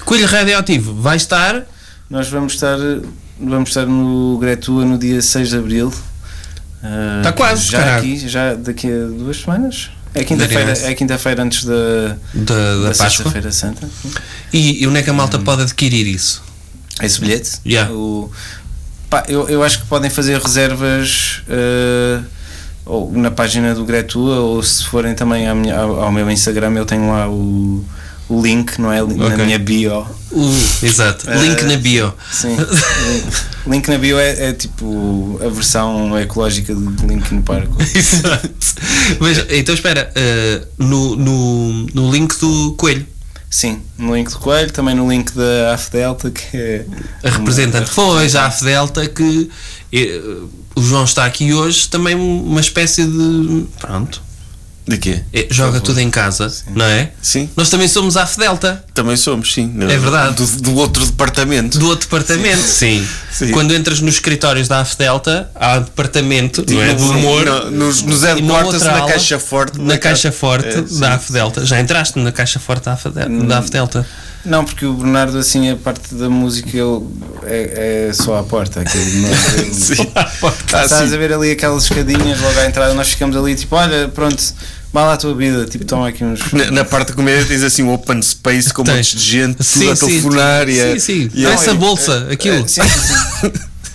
[SPEAKER 1] Coelho Radioativo vai estar.
[SPEAKER 3] Nós vamos estar vamos estar no Gretua no dia 6 de Abril. Eh,
[SPEAKER 1] Tá quase,
[SPEAKER 3] já
[SPEAKER 1] caralho.
[SPEAKER 3] aqui, já daqui a duas semanas. É quinta-feira,
[SPEAKER 1] Very nice.
[SPEAKER 3] é quinta-feira antes da,
[SPEAKER 1] Da, da
[SPEAKER 3] da,
[SPEAKER 1] Páscoa.
[SPEAKER 3] sexta-feira santa.
[SPEAKER 1] E, e onde é que a malta pode adquirir isso?
[SPEAKER 3] Esse bilhete?
[SPEAKER 1] Yeah.
[SPEAKER 3] O- pá, eu, eu acho que podem fazer reservas eh, ou na página do Gretua ou se forem também à minha- ao, ao meu Instagram, eu tenho lá o, o o link, não é? Na
[SPEAKER 2] Ok.
[SPEAKER 3] minha bio.
[SPEAKER 1] Uh, exato. Link na bio.
[SPEAKER 3] Sim. É, link na bio é, é tipo a versão ecológica de Linkin Park.
[SPEAKER 1] Exato. Mas então espera, eh, no, no, no link do Coelho,
[SPEAKER 3] Sim, no link do Coelho, também no link da AF Delta, que é.
[SPEAKER 1] a representante. Pois, a AF Delta, que eh, o João está aqui hoje, também uma espécie de. Pronto.
[SPEAKER 2] De quê?
[SPEAKER 1] eh, joga tudo em casa, não é?
[SPEAKER 2] Sim.
[SPEAKER 1] Nós também somos AF Delta.
[SPEAKER 2] Também somos, sim.
[SPEAKER 1] É verdade.
[SPEAKER 2] Do, do outro departamento.
[SPEAKER 1] Do outro departamento, sim.
[SPEAKER 2] Sim.
[SPEAKER 1] Quando entras nos escritórios da AF Delta, há um departamento
[SPEAKER 2] Tipo,
[SPEAKER 1] não é, do
[SPEAKER 2] No-
[SPEAKER 1] humor.
[SPEAKER 2] no- nos, nos
[SPEAKER 1] e numa
[SPEAKER 2] headquarters,
[SPEAKER 1] outra
[SPEAKER 2] na
[SPEAKER 1] ala,
[SPEAKER 2] caixa forte.
[SPEAKER 1] Na caixa forte
[SPEAKER 2] É, sim. Hum,
[SPEAKER 1] da AF Delta. Já entraste na caixa forte da AF Delta? Da AF Delta.
[SPEAKER 3] Não, porque o Bernardo, assim, a parte da música ele é, é só à porta. aquilo não-
[SPEAKER 2] Sim.
[SPEAKER 1] Tá,
[SPEAKER 2] Ah,
[SPEAKER 3] Estás
[SPEAKER 2] sim.
[SPEAKER 3] a ver ali aquelas escadinhas logo à entrada, nós ficamos ali tipo, olha, pronto, vá lá a tua vida, tipo, toma aqui uns.
[SPEAKER 2] Na, na parte de comédia tens assim um open space com um
[SPEAKER 1] Tens.
[SPEAKER 2] monte de gente, tudo
[SPEAKER 1] Sim,
[SPEAKER 2] a
[SPEAKER 1] sim.
[SPEAKER 2] telefonar e a-
[SPEAKER 1] Sim, sim. é
[SPEAKER 2] e a-
[SPEAKER 1] Essa bolsa, aquilo.
[SPEAKER 3] É, sim, sim, sim.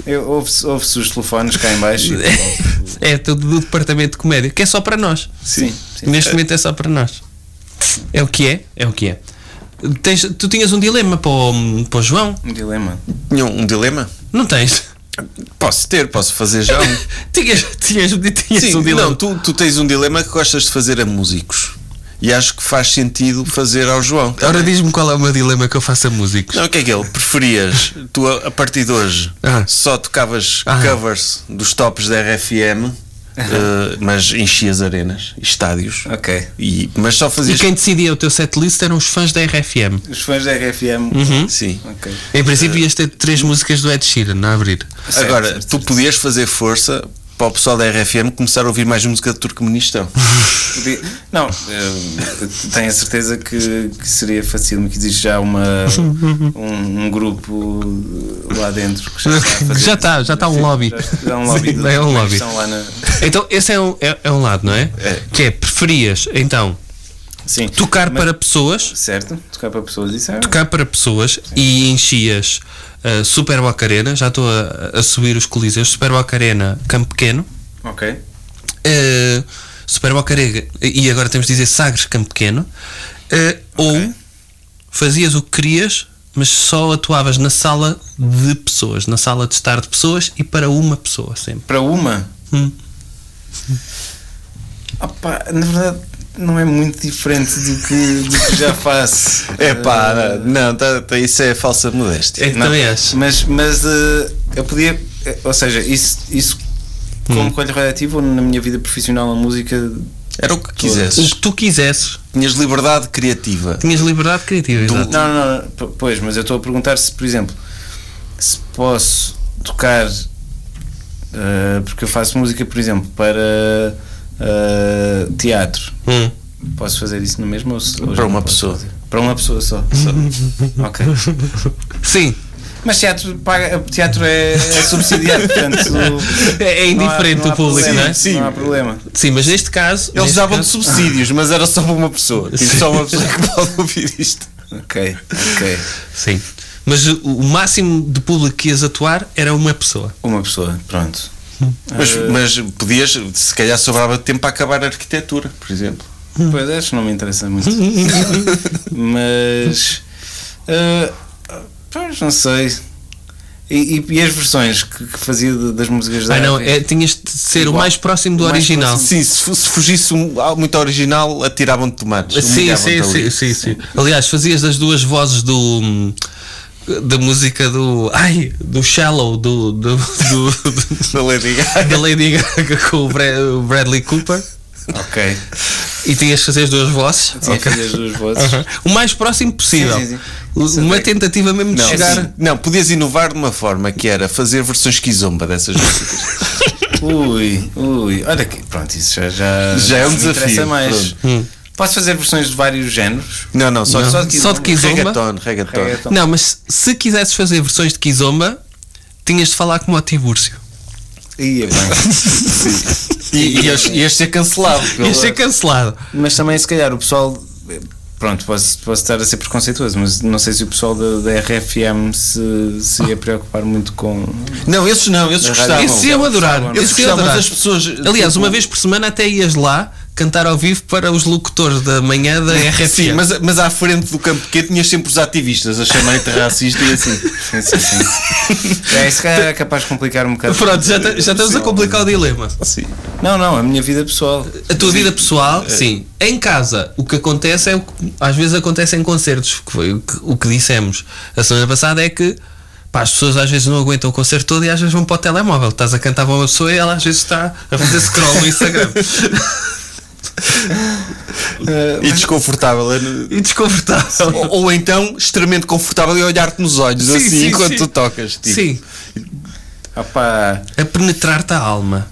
[SPEAKER 3] Eu- Ouve-se ouve-se os telefones cá em baixo. e- tipo,
[SPEAKER 1] É tudo do departamento de comédia, que é só para nós.
[SPEAKER 3] Sim, sim.
[SPEAKER 1] Neste momento é só para nós. É o que é, é o que é. Tens- tu tinhas um dilema para o, para o João?
[SPEAKER 3] Um dilema.
[SPEAKER 2] Tinha um dilema?
[SPEAKER 1] Não tens?
[SPEAKER 2] Posso ter, posso fazer já um.
[SPEAKER 1] Tinhas, tinhas, tinhas
[SPEAKER 2] Sim,
[SPEAKER 1] um dilema.
[SPEAKER 2] Não, tu, tu tens um dilema que gostas de fazer a músicos. E acho que faz sentido fazer ao João.
[SPEAKER 1] Ora diz-me qual é o meu dilema que eu faço a músicos.
[SPEAKER 2] Não, o que é que ele? Preferias, tu a, a partir de hoje
[SPEAKER 1] Ah.
[SPEAKER 2] só tocavas
[SPEAKER 1] Ah.
[SPEAKER 2] covers dos tops da RFM, eh, mas enchias arenas, estádios.
[SPEAKER 3] Ok.
[SPEAKER 2] E, mas só
[SPEAKER 1] E
[SPEAKER 2] fazias.
[SPEAKER 1] quem decidia o teu setlist eram os fãs da RFM.
[SPEAKER 3] Os fãs da RFM.
[SPEAKER 1] Uhum.
[SPEAKER 2] Sim.
[SPEAKER 3] Ok.
[SPEAKER 1] Em princípio ias ter três músicas do Ed Sheeran a abrir.
[SPEAKER 3] Certo,
[SPEAKER 2] Agora,
[SPEAKER 3] certo,
[SPEAKER 2] tu podias fazer força para o pessoal da RFM começar a ouvir mais música do Turcomunistão.
[SPEAKER 3] Podia- Não, eu tenho a certeza que, que seria facílimo que existe já uma, um, um grupo lá dentro que já está a fazer-
[SPEAKER 1] Já está, já está um lobby.
[SPEAKER 3] Já há um lobby.
[SPEAKER 1] Sim,
[SPEAKER 3] de-
[SPEAKER 1] é um lobby.
[SPEAKER 3] Estão lá na-
[SPEAKER 1] Então esse é um, é, é um lado, não é?
[SPEAKER 2] É.
[SPEAKER 1] Que é, preferias então
[SPEAKER 3] Sim.
[SPEAKER 1] tocar
[SPEAKER 3] Mas-
[SPEAKER 1] para pessoas,
[SPEAKER 3] Certo, tocar para pessoas, isso é.
[SPEAKER 1] tocar para pessoas e enchias uh, Super Boca Arena, já estou a, a subir os coliseus, Super Boca Arena, Campo Pequeno,
[SPEAKER 3] Ok.
[SPEAKER 1] uh, Super Boca Arena, e agora temos de dizer Sagres, Campo Pequeno, uh, ou fazias o que querias, mas só atuavas na sala de pessoas, na sala de estar de pessoas e para uma pessoa sempre.
[SPEAKER 3] Para uma?
[SPEAKER 1] Hum.
[SPEAKER 3] Opá, na verdade, não é muito diferente do que, do que já faço. Eh,
[SPEAKER 2] É pá, não, tá- tá- isso é falsa modéstia.
[SPEAKER 1] É que
[SPEAKER 3] Não,
[SPEAKER 1] também és.
[SPEAKER 3] Mas, mas eh, eu podia. eh, Ou seja, isso, isso como coelho radioativo ou na minha vida profissional, a música.
[SPEAKER 2] Era o que
[SPEAKER 1] O
[SPEAKER 2] quisesses.
[SPEAKER 1] que tu quisesses,
[SPEAKER 2] Tinhas liberdade criativa.
[SPEAKER 1] tinhas liberdade criativa, exato.
[SPEAKER 3] Não, não, não, p- pois, mas eu estou a perguntar se, por exemplo, se posso tocar. eh, porque eu faço música, por exemplo, para eh, teatro.
[SPEAKER 1] Hum.
[SPEAKER 3] Posso fazer isso no mesmo? Ou, se- ou já
[SPEAKER 2] Para
[SPEAKER 3] não
[SPEAKER 2] uma
[SPEAKER 3] posso
[SPEAKER 2] pessoa.
[SPEAKER 3] fazer? Para uma pessoa só. só. ok.
[SPEAKER 1] Sim,
[SPEAKER 3] Mas teatro, paga, teatro é, é subsidiado, portanto.
[SPEAKER 1] É- é
[SPEAKER 3] não há-
[SPEAKER 1] indiferente
[SPEAKER 3] não há
[SPEAKER 1] o público,
[SPEAKER 3] problema,
[SPEAKER 1] não é?
[SPEAKER 2] Sim.
[SPEAKER 3] Não há problema.
[SPEAKER 1] sim, mas neste caso.
[SPEAKER 2] Eles
[SPEAKER 1] neste
[SPEAKER 2] davam
[SPEAKER 1] caso-
[SPEAKER 2] subsídios, mas era só para uma pessoa. Tive
[SPEAKER 1] Sim.
[SPEAKER 2] só uma pessoa que pode ouvir isto.
[SPEAKER 3] Ok, ok.
[SPEAKER 1] Sim. Mas o- o máximo de público que ias atuar era uma pessoa.
[SPEAKER 3] Uma pessoa, pronto.
[SPEAKER 2] Mas,
[SPEAKER 1] Eh,
[SPEAKER 2] mas podias, se calhar sobrava tempo para acabar a arquitetura, por exemplo.
[SPEAKER 3] Pois acho que não me interessa muito. Mas. ah, pois, não sei. E, e- e as versões que, que fazia de- das músicas da
[SPEAKER 1] Ah, não,
[SPEAKER 3] África?
[SPEAKER 1] é, tinhas de ser o
[SPEAKER 3] Igual.
[SPEAKER 1] mais próximo do
[SPEAKER 3] O mais
[SPEAKER 1] original.
[SPEAKER 2] Sim, se, fu- se fugisse um- algo muito original, atiravam-te tomates.
[SPEAKER 1] Sim, sim,
[SPEAKER 2] humilhavam-te
[SPEAKER 1] sim,
[SPEAKER 2] ali.
[SPEAKER 1] sim, sim. Aliás, fazias as duas vozes do. hum, da música do. Ai! Do Shallow, do. do, do- do-
[SPEAKER 2] Da Lady Gaga.
[SPEAKER 1] da Lady Gaga com o, Bra- o Bradley Cooper.
[SPEAKER 3] Ok.
[SPEAKER 1] E tinhas de fazer as duas vozes.
[SPEAKER 3] Tinha
[SPEAKER 1] Ok.
[SPEAKER 3] okay. as duas vozes.
[SPEAKER 1] Aham. O mais próximo possível.
[SPEAKER 3] Sim, é- sim,
[SPEAKER 1] Uma tentativa mesmo de
[SPEAKER 2] Não,
[SPEAKER 1] chegar.
[SPEAKER 2] sim. não, podias inovar de uma forma que era fazer versões quizomba dessas músicas.
[SPEAKER 3] Ui, ui. Olha aqui, pronto, isso já, já,
[SPEAKER 2] Já é um
[SPEAKER 3] me interessa
[SPEAKER 2] desafio,
[SPEAKER 3] mais.
[SPEAKER 1] Hum.
[SPEAKER 3] Posso fazer versões de vários géneros?
[SPEAKER 2] Não, não, só,
[SPEAKER 1] Não.
[SPEAKER 2] só
[SPEAKER 1] Só de quizomba?
[SPEAKER 2] Reggaeton, reggaeton.
[SPEAKER 3] Reggaeton.
[SPEAKER 1] Não, mas se quisesses fazer versões de Kizomba, tinhas de falar como o Tibúrcio.
[SPEAKER 3] Ia
[SPEAKER 2] é
[SPEAKER 3] bem.
[SPEAKER 2] E, e ias, ias ser cancelado. pelo-
[SPEAKER 1] Ias ser cancelado.
[SPEAKER 3] Mas também, se calhar, o pessoal. Pronto, posso, posso estar a ser preconceituoso, mas não sei se o pessoal da, da RFM se, se ia preocupar muito com.
[SPEAKER 2] Não, esses não, esses
[SPEAKER 3] Na
[SPEAKER 2] gostavam.
[SPEAKER 3] rádio.
[SPEAKER 1] Esse eu adorar.
[SPEAKER 2] Eles
[SPEAKER 1] Esse eu
[SPEAKER 2] gostavam,
[SPEAKER 1] adorar.
[SPEAKER 2] mas as pessoas.
[SPEAKER 1] Aliás,
[SPEAKER 2] tipo,
[SPEAKER 1] uma vez por semana até ias lá cantar ao vivo para os locutores da manhã da RFM.
[SPEAKER 2] Sim, mas, mas à frente do campo pequeno tinhas sempre os ativistas a chamarem-te racista e assim.
[SPEAKER 3] Sim, sim, sim. é, esse cara é capaz de complicar um bocado.
[SPEAKER 1] Pronto, já, ta- já estamos a complicar o dilema.
[SPEAKER 2] Sim.
[SPEAKER 3] Não, não, a minha vida pessoal.
[SPEAKER 1] A tua vida pessoal, sim. Em casa, o que acontece é o que às vezes acontece em concertos, que foi o que, o que dissemos a semana passada é que pá, as pessoas às vezes não aguentam o concerto todo e às vezes vão para o telemóvel. Estás a cantar para uma pessoa e ela às vezes está a fazer scroll no Instagram.
[SPEAKER 2] E desconfortável. é no-
[SPEAKER 1] e desconfortável.
[SPEAKER 2] Ou, ou então extremamente confortável e olhar-te nos olhos
[SPEAKER 1] Sim,
[SPEAKER 2] assim
[SPEAKER 1] sim,
[SPEAKER 2] enquanto
[SPEAKER 1] sim.
[SPEAKER 2] tu tocas. Tipo.
[SPEAKER 1] Sim,
[SPEAKER 3] Opa,
[SPEAKER 1] a penetrar-te a alma.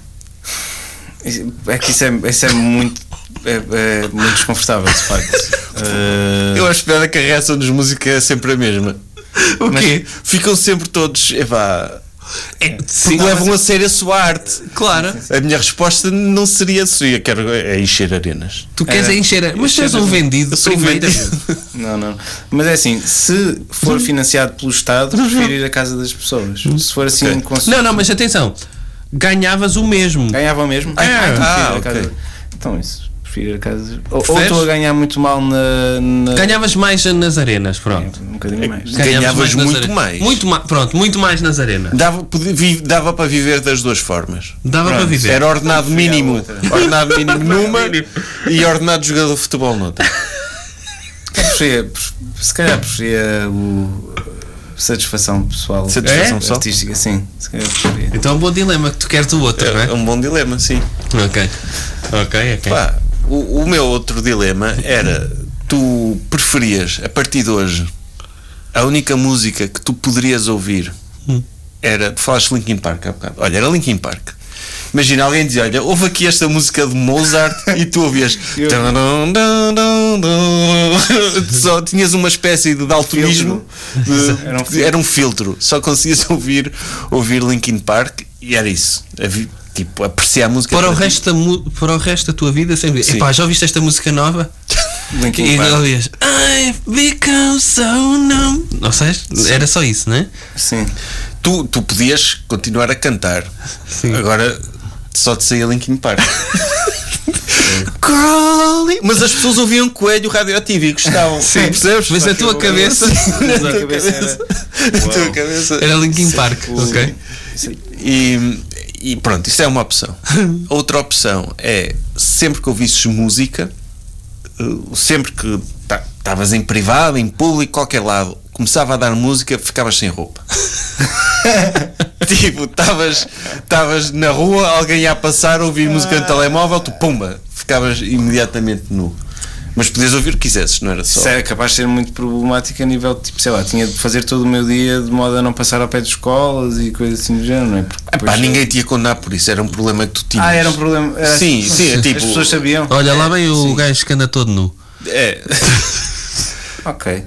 [SPEAKER 3] é que isso é, isso é muito. É, é muito desconfortável, de facto. Eh,
[SPEAKER 2] Eu acho piada que a reação dos músicos é sempre a mesma.
[SPEAKER 1] O quê?
[SPEAKER 2] Ficam sempre todos, epá,
[SPEAKER 1] É, sim,
[SPEAKER 2] porque levam a sério a sua arte.
[SPEAKER 1] claro,
[SPEAKER 2] A minha resposta não seria seria quero é encher arenas.
[SPEAKER 1] tu queres
[SPEAKER 3] Era-
[SPEAKER 1] é encher. a- Mas tu és um vendido,
[SPEAKER 2] Eu sou um
[SPEAKER 1] primeiro.
[SPEAKER 3] Não, não. Mas é assim, se for financiado pelo Estado, prefiro ir à casa das pessoas. Se for assim, um concerto,
[SPEAKER 1] Não, não, mas atenção, ganhavas o mesmo.
[SPEAKER 3] ganhavam mesmo.
[SPEAKER 2] Ah,
[SPEAKER 3] prefiro ir à
[SPEAKER 2] ok.
[SPEAKER 3] casa- Então isso, prefiro ir à casa. Ou, ou
[SPEAKER 1] Preferes?
[SPEAKER 3] estou a ganhar muito mal na. na-
[SPEAKER 1] Ganhavas mais nas arenas, pronto.
[SPEAKER 3] Um bocadinho mais.
[SPEAKER 2] Ganhavas
[SPEAKER 1] nas
[SPEAKER 2] muito
[SPEAKER 1] arenas.
[SPEAKER 2] mais.
[SPEAKER 1] Muito ma pronto, muito mais nas arenas.
[SPEAKER 2] Dava, podia- vi- dava para viver das duas formas.
[SPEAKER 1] Dava para viver.
[SPEAKER 2] Era ordenado mínimo. é Ordenado mínimo numa e ordenado jogador de futebol noutra.
[SPEAKER 3] Preferia, se calhar preferia o. Satisfação pessoal.
[SPEAKER 2] Satisfação
[SPEAKER 3] É?
[SPEAKER 2] pessoal?
[SPEAKER 3] Artística, sim. Se calhar preferia.
[SPEAKER 1] Então é um bom dilema que tu queres do outro, não
[SPEAKER 2] É
[SPEAKER 1] é?
[SPEAKER 2] um bom dilema, sim.
[SPEAKER 1] Ok. Ok, ok.
[SPEAKER 2] Pá, o, o meu outro dilema era: tu preferias, a partir de hoje, a única música que tu poderias ouvir era. Tu falaste Linkin Park há bocado. Olha, era Linkin Park. Imagina, alguém dizia: Olha, ouve aqui esta música de Mozart e tu ouvias. Tadam, tadam, tadam. Só tinhas uma espécie de daltonismo. de-
[SPEAKER 3] Era um filtro.
[SPEAKER 2] era um filtro. Só conseguias ouvir, ouvir Linkin Park e era isso. Havia- Tipo, apreciar a música.
[SPEAKER 1] Para o,
[SPEAKER 2] para ti.
[SPEAKER 1] resto da mu- para o resto da tua vida sempre. Epá, já ouviste esta música nova?
[SPEAKER 3] Linkin
[SPEAKER 1] E
[SPEAKER 3] Park.
[SPEAKER 1] ouvias I've become so numb. Não sei, era só isso, não é?
[SPEAKER 3] Sim.
[SPEAKER 2] Tu, tu podias continuar a cantar.
[SPEAKER 1] Sim.
[SPEAKER 2] Agora só te saía Linkin Park. Crawling. Mas as pessoas ouviam Coelho radioativo e gostavam. Sim. Percebes?
[SPEAKER 1] Mas
[SPEAKER 2] Só
[SPEAKER 1] na
[SPEAKER 2] que
[SPEAKER 1] tua
[SPEAKER 2] eu-
[SPEAKER 1] cabeça
[SPEAKER 2] na
[SPEAKER 3] Na
[SPEAKER 2] tua
[SPEAKER 3] cabeça
[SPEAKER 2] cabeça. Na tua cabeça.
[SPEAKER 1] era Linkin Park. Ok.
[SPEAKER 2] E, e pronto, isso é uma opção. Outra opção é sempre que ouvisses música, eh, sempre que estavas em privado, em público, qualquer lado, começava a dar música, ficavas sem roupa. tipo, estavas estavas na rua, alguém ia a passar, ouvir música
[SPEAKER 3] Ah.
[SPEAKER 2] no telemóvel, tu pumba, ficavas imediatamente nu. Mas podias ouvir o que quisesses, não era só.
[SPEAKER 3] Isso era capaz de ser muito problemático a nível de tipo, sei lá, tinha de fazer todo o meu dia de modo a não passar ao pé de escolas e coisas assim do género, não é? Porque
[SPEAKER 2] Epá,
[SPEAKER 3] depois-
[SPEAKER 2] ninguém te ia condenar por isso, era um problema que tu tinhas.
[SPEAKER 3] Ah, era um problema. era-
[SPEAKER 2] Sim, sim, é tipo-
[SPEAKER 3] As pessoas sabiam.
[SPEAKER 1] Olha, lá vem o gajo que anda todo nu.
[SPEAKER 2] É.
[SPEAKER 3] É, Ok.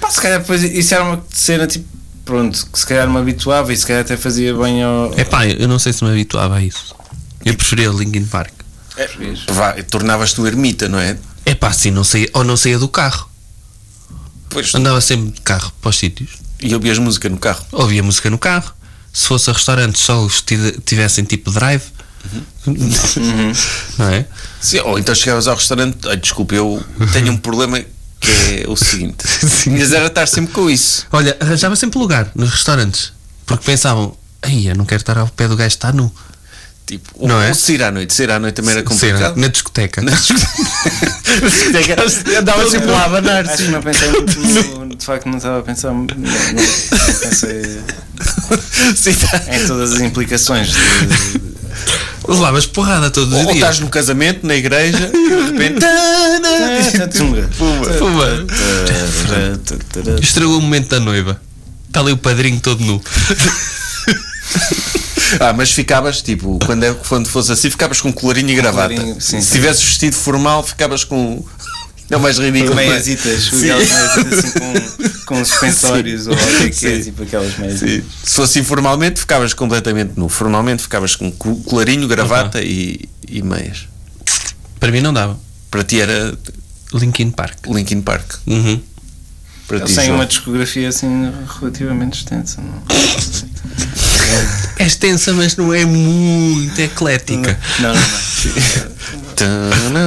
[SPEAKER 3] Pá, se calhar depois isso era uma cena tipo. Pronto, que se calhar me habituava e se calhar até fazia bem ao.
[SPEAKER 1] Epá, eu não sei se me habituava a isso. Eu preferia Linkin Park.
[SPEAKER 2] Vá, tornavas-te um ermita, não é?
[SPEAKER 1] É pá, assim, não saía, ou não saía do carro.
[SPEAKER 2] Pois.
[SPEAKER 1] Andava sempre de carro para os sítios.
[SPEAKER 2] E ouvias música no carro.
[SPEAKER 1] Ouvia música no carro. Se fosse a restaurante, só os tive- tivessem tipo drive.
[SPEAKER 2] Uhum.
[SPEAKER 1] não é?
[SPEAKER 2] Sim, ou então chegavas ao restaurante, "Olha, desculpa, eu tenho um problema que é o seguinte. Tinhas era estar sempre com isso.
[SPEAKER 1] Olha, arranjava sempre lugar nos restaurantes. Porque pensavam, ai, eu não quero estar ao pé do gajo que está nu.
[SPEAKER 2] Tipo,
[SPEAKER 1] Não
[SPEAKER 2] ou,
[SPEAKER 1] é?
[SPEAKER 2] ou sair à noite. Sair à noite também era
[SPEAKER 1] Será?
[SPEAKER 2] complicado.
[SPEAKER 1] Na discoteca.
[SPEAKER 2] Andava é? sempre lá a abanar.
[SPEAKER 3] Acho que não pensei muito no- De facto, não estava a pensar. Não, não- não pensei
[SPEAKER 2] Sim, tá.
[SPEAKER 3] em todas as implicações. de-
[SPEAKER 1] Levavas porrada todos os
[SPEAKER 2] Ou
[SPEAKER 1] dias.
[SPEAKER 2] estás no casamento, na igreja, e de repente.
[SPEAKER 3] É,
[SPEAKER 2] tana,
[SPEAKER 3] tipo,
[SPEAKER 2] pumba.
[SPEAKER 1] Puma. Estragou o momento da noiva. Está ali o padrinho todo nu.
[SPEAKER 2] Ah, mas ficavas, tipo, quando, é, quando fosse assim, ficavas com colarinho e gravata.
[SPEAKER 3] Colarinho, sim,
[SPEAKER 2] Se
[SPEAKER 3] sim.
[SPEAKER 2] tivesses vestido formal, ficavas com. Não, mais ridículo. não é?
[SPEAKER 3] Meiasitas,
[SPEAKER 2] Sim.
[SPEAKER 3] aquelas meiasitas assim com, com suspensórios ou algo que é,
[SPEAKER 2] Sim.
[SPEAKER 3] tipo aquelas meiasitas.
[SPEAKER 2] Sim. Se fosse informalmente, ficavas completamente nu. Formalmente, ficavas com co- colarinho, gravata e, e meias.
[SPEAKER 1] Para mim não dava.
[SPEAKER 2] Para ti era
[SPEAKER 1] Linkin Park.
[SPEAKER 2] Linkin Park.
[SPEAKER 1] Uhum.
[SPEAKER 2] Para ti,
[SPEAKER 3] Eles têm
[SPEAKER 2] João.
[SPEAKER 3] uma discografia assim relativamente extensa, não?
[SPEAKER 1] É extensa, mas não é muito eclética.
[SPEAKER 3] Não, não, não.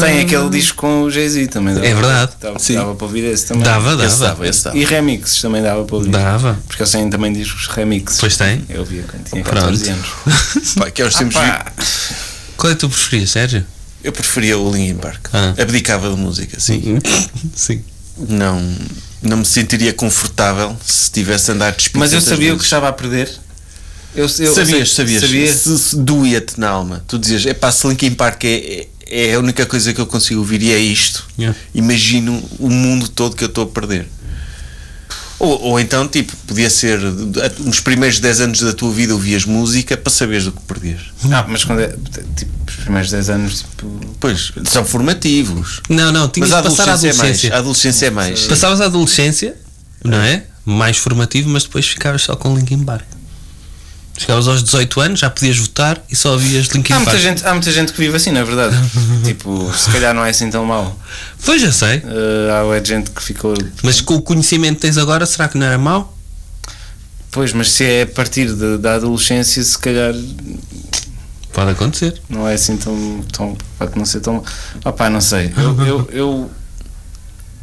[SPEAKER 3] Tem aquele disco com o Jay-Z também. dava-
[SPEAKER 1] É verdade.
[SPEAKER 3] Dava,
[SPEAKER 2] Sim.
[SPEAKER 3] dava para ouvir esse também.
[SPEAKER 1] Dava, dava.
[SPEAKER 2] Esse dava, esse dava.
[SPEAKER 3] E remixes também dava para ouvir.
[SPEAKER 1] Dava.
[SPEAKER 3] Porque eu tenho também discos remixes.
[SPEAKER 1] Pois tem.
[SPEAKER 3] Eu ouvia quando tinha
[SPEAKER 1] Pronto.
[SPEAKER 3] 14 anos.
[SPEAKER 2] Pá, que aos tempos
[SPEAKER 3] Pá,
[SPEAKER 1] Qual é que tu preferias, Sérgio?
[SPEAKER 2] Eu preferia o Linkin Park.
[SPEAKER 1] Ah.
[SPEAKER 2] Abdicava de música, sim.
[SPEAKER 1] Sim.
[SPEAKER 2] Não, não me sentiria confortável se tivesse andado despido.
[SPEAKER 3] mas eu
[SPEAKER 2] tantas
[SPEAKER 3] sabia o que
[SPEAKER 2] vezes.
[SPEAKER 3] estava a perder. Eu, eu, assim,
[SPEAKER 2] Sabias,
[SPEAKER 3] eu sei-
[SPEAKER 2] sabias. Se, se doía-te na alma. Tu dizias, epá, se Linkin Park é, é é a única coisa que eu consigo ouvir e é isto.
[SPEAKER 1] Yeah.
[SPEAKER 2] Imagino o mundo todo que eu estou a perder. Ou, ou então, tipo, podia ser de- nos primeiros 10 anos da tua vida ouvias música para saberes do que perdias.
[SPEAKER 3] Ah, mas quando é, tipo, os primeiros 10 anos, tipo,
[SPEAKER 2] Pois, são formativos.
[SPEAKER 1] Não, não, tinhas
[SPEAKER 2] Mas a
[SPEAKER 1] de passar a
[SPEAKER 2] adolescência, é mais. A
[SPEAKER 1] adolescência.
[SPEAKER 2] adolescência é mais.
[SPEAKER 1] Passavas a adolescência, não é? Mais formativo, mas depois ficavas só com Linkin Park. Chegavas aos 18 anos, já podias votar e só havias Linkin
[SPEAKER 3] Há
[SPEAKER 1] Park.
[SPEAKER 3] muita, gente, há muita gente que vive assim, na verdade. tipo, se calhar não é assim tão mau.
[SPEAKER 1] Pois já sei,
[SPEAKER 3] Eh, há ué de gente que ficou.
[SPEAKER 1] mas com o conhecimento que tens agora, será que não era mau?
[SPEAKER 3] Pois, mas se é a partir de- da adolescência, se calhar
[SPEAKER 1] Pode acontecer.
[SPEAKER 3] não é assim tão. tão pode não ser tão. Opá, não sei. Eu. eu, eu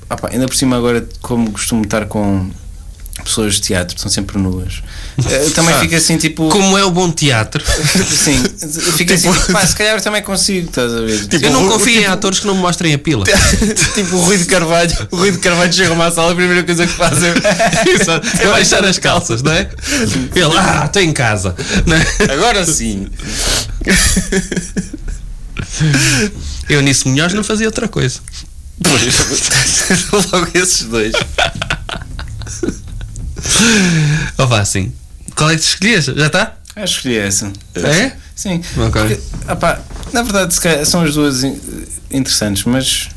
[SPEAKER 3] opá, ainda por cima, agora, como costumo estar com pessoas de teatro, estão sempre nuas. eh, também fica assim, tipo.
[SPEAKER 1] Como é o bom teatro,
[SPEAKER 3] Sim, fica assim, pá, se calhar eu também consigo, estás a ver?
[SPEAKER 1] eu não confio em atores que não me mostrem a pila.
[SPEAKER 2] tipo o Rui de Carvalho. O Rui de Carvalho chega a uma sala, a primeira coisa que faz
[SPEAKER 1] Exato. É baixar as calças, não é? Ele, ah, estou em casa. não é?
[SPEAKER 2] Agora sim.
[SPEAKER 1] Eu nisso melhores não fazia outra coisa.
[SPEAKER 2] Pois, logo esses dois.
[SPEAKER 1] Ou vá assim. Qual é que escolhias? Já está?
[SPEAKER 3] Acho que escolhi essa.
[SPEAKER 1] É?
[SPEAKER 3] Sim.
[SPEAKER 1] Ok.
[SPEAKER 3] Porque, ah pá, na verdade, se calhar, são as duas in- interessantes, mas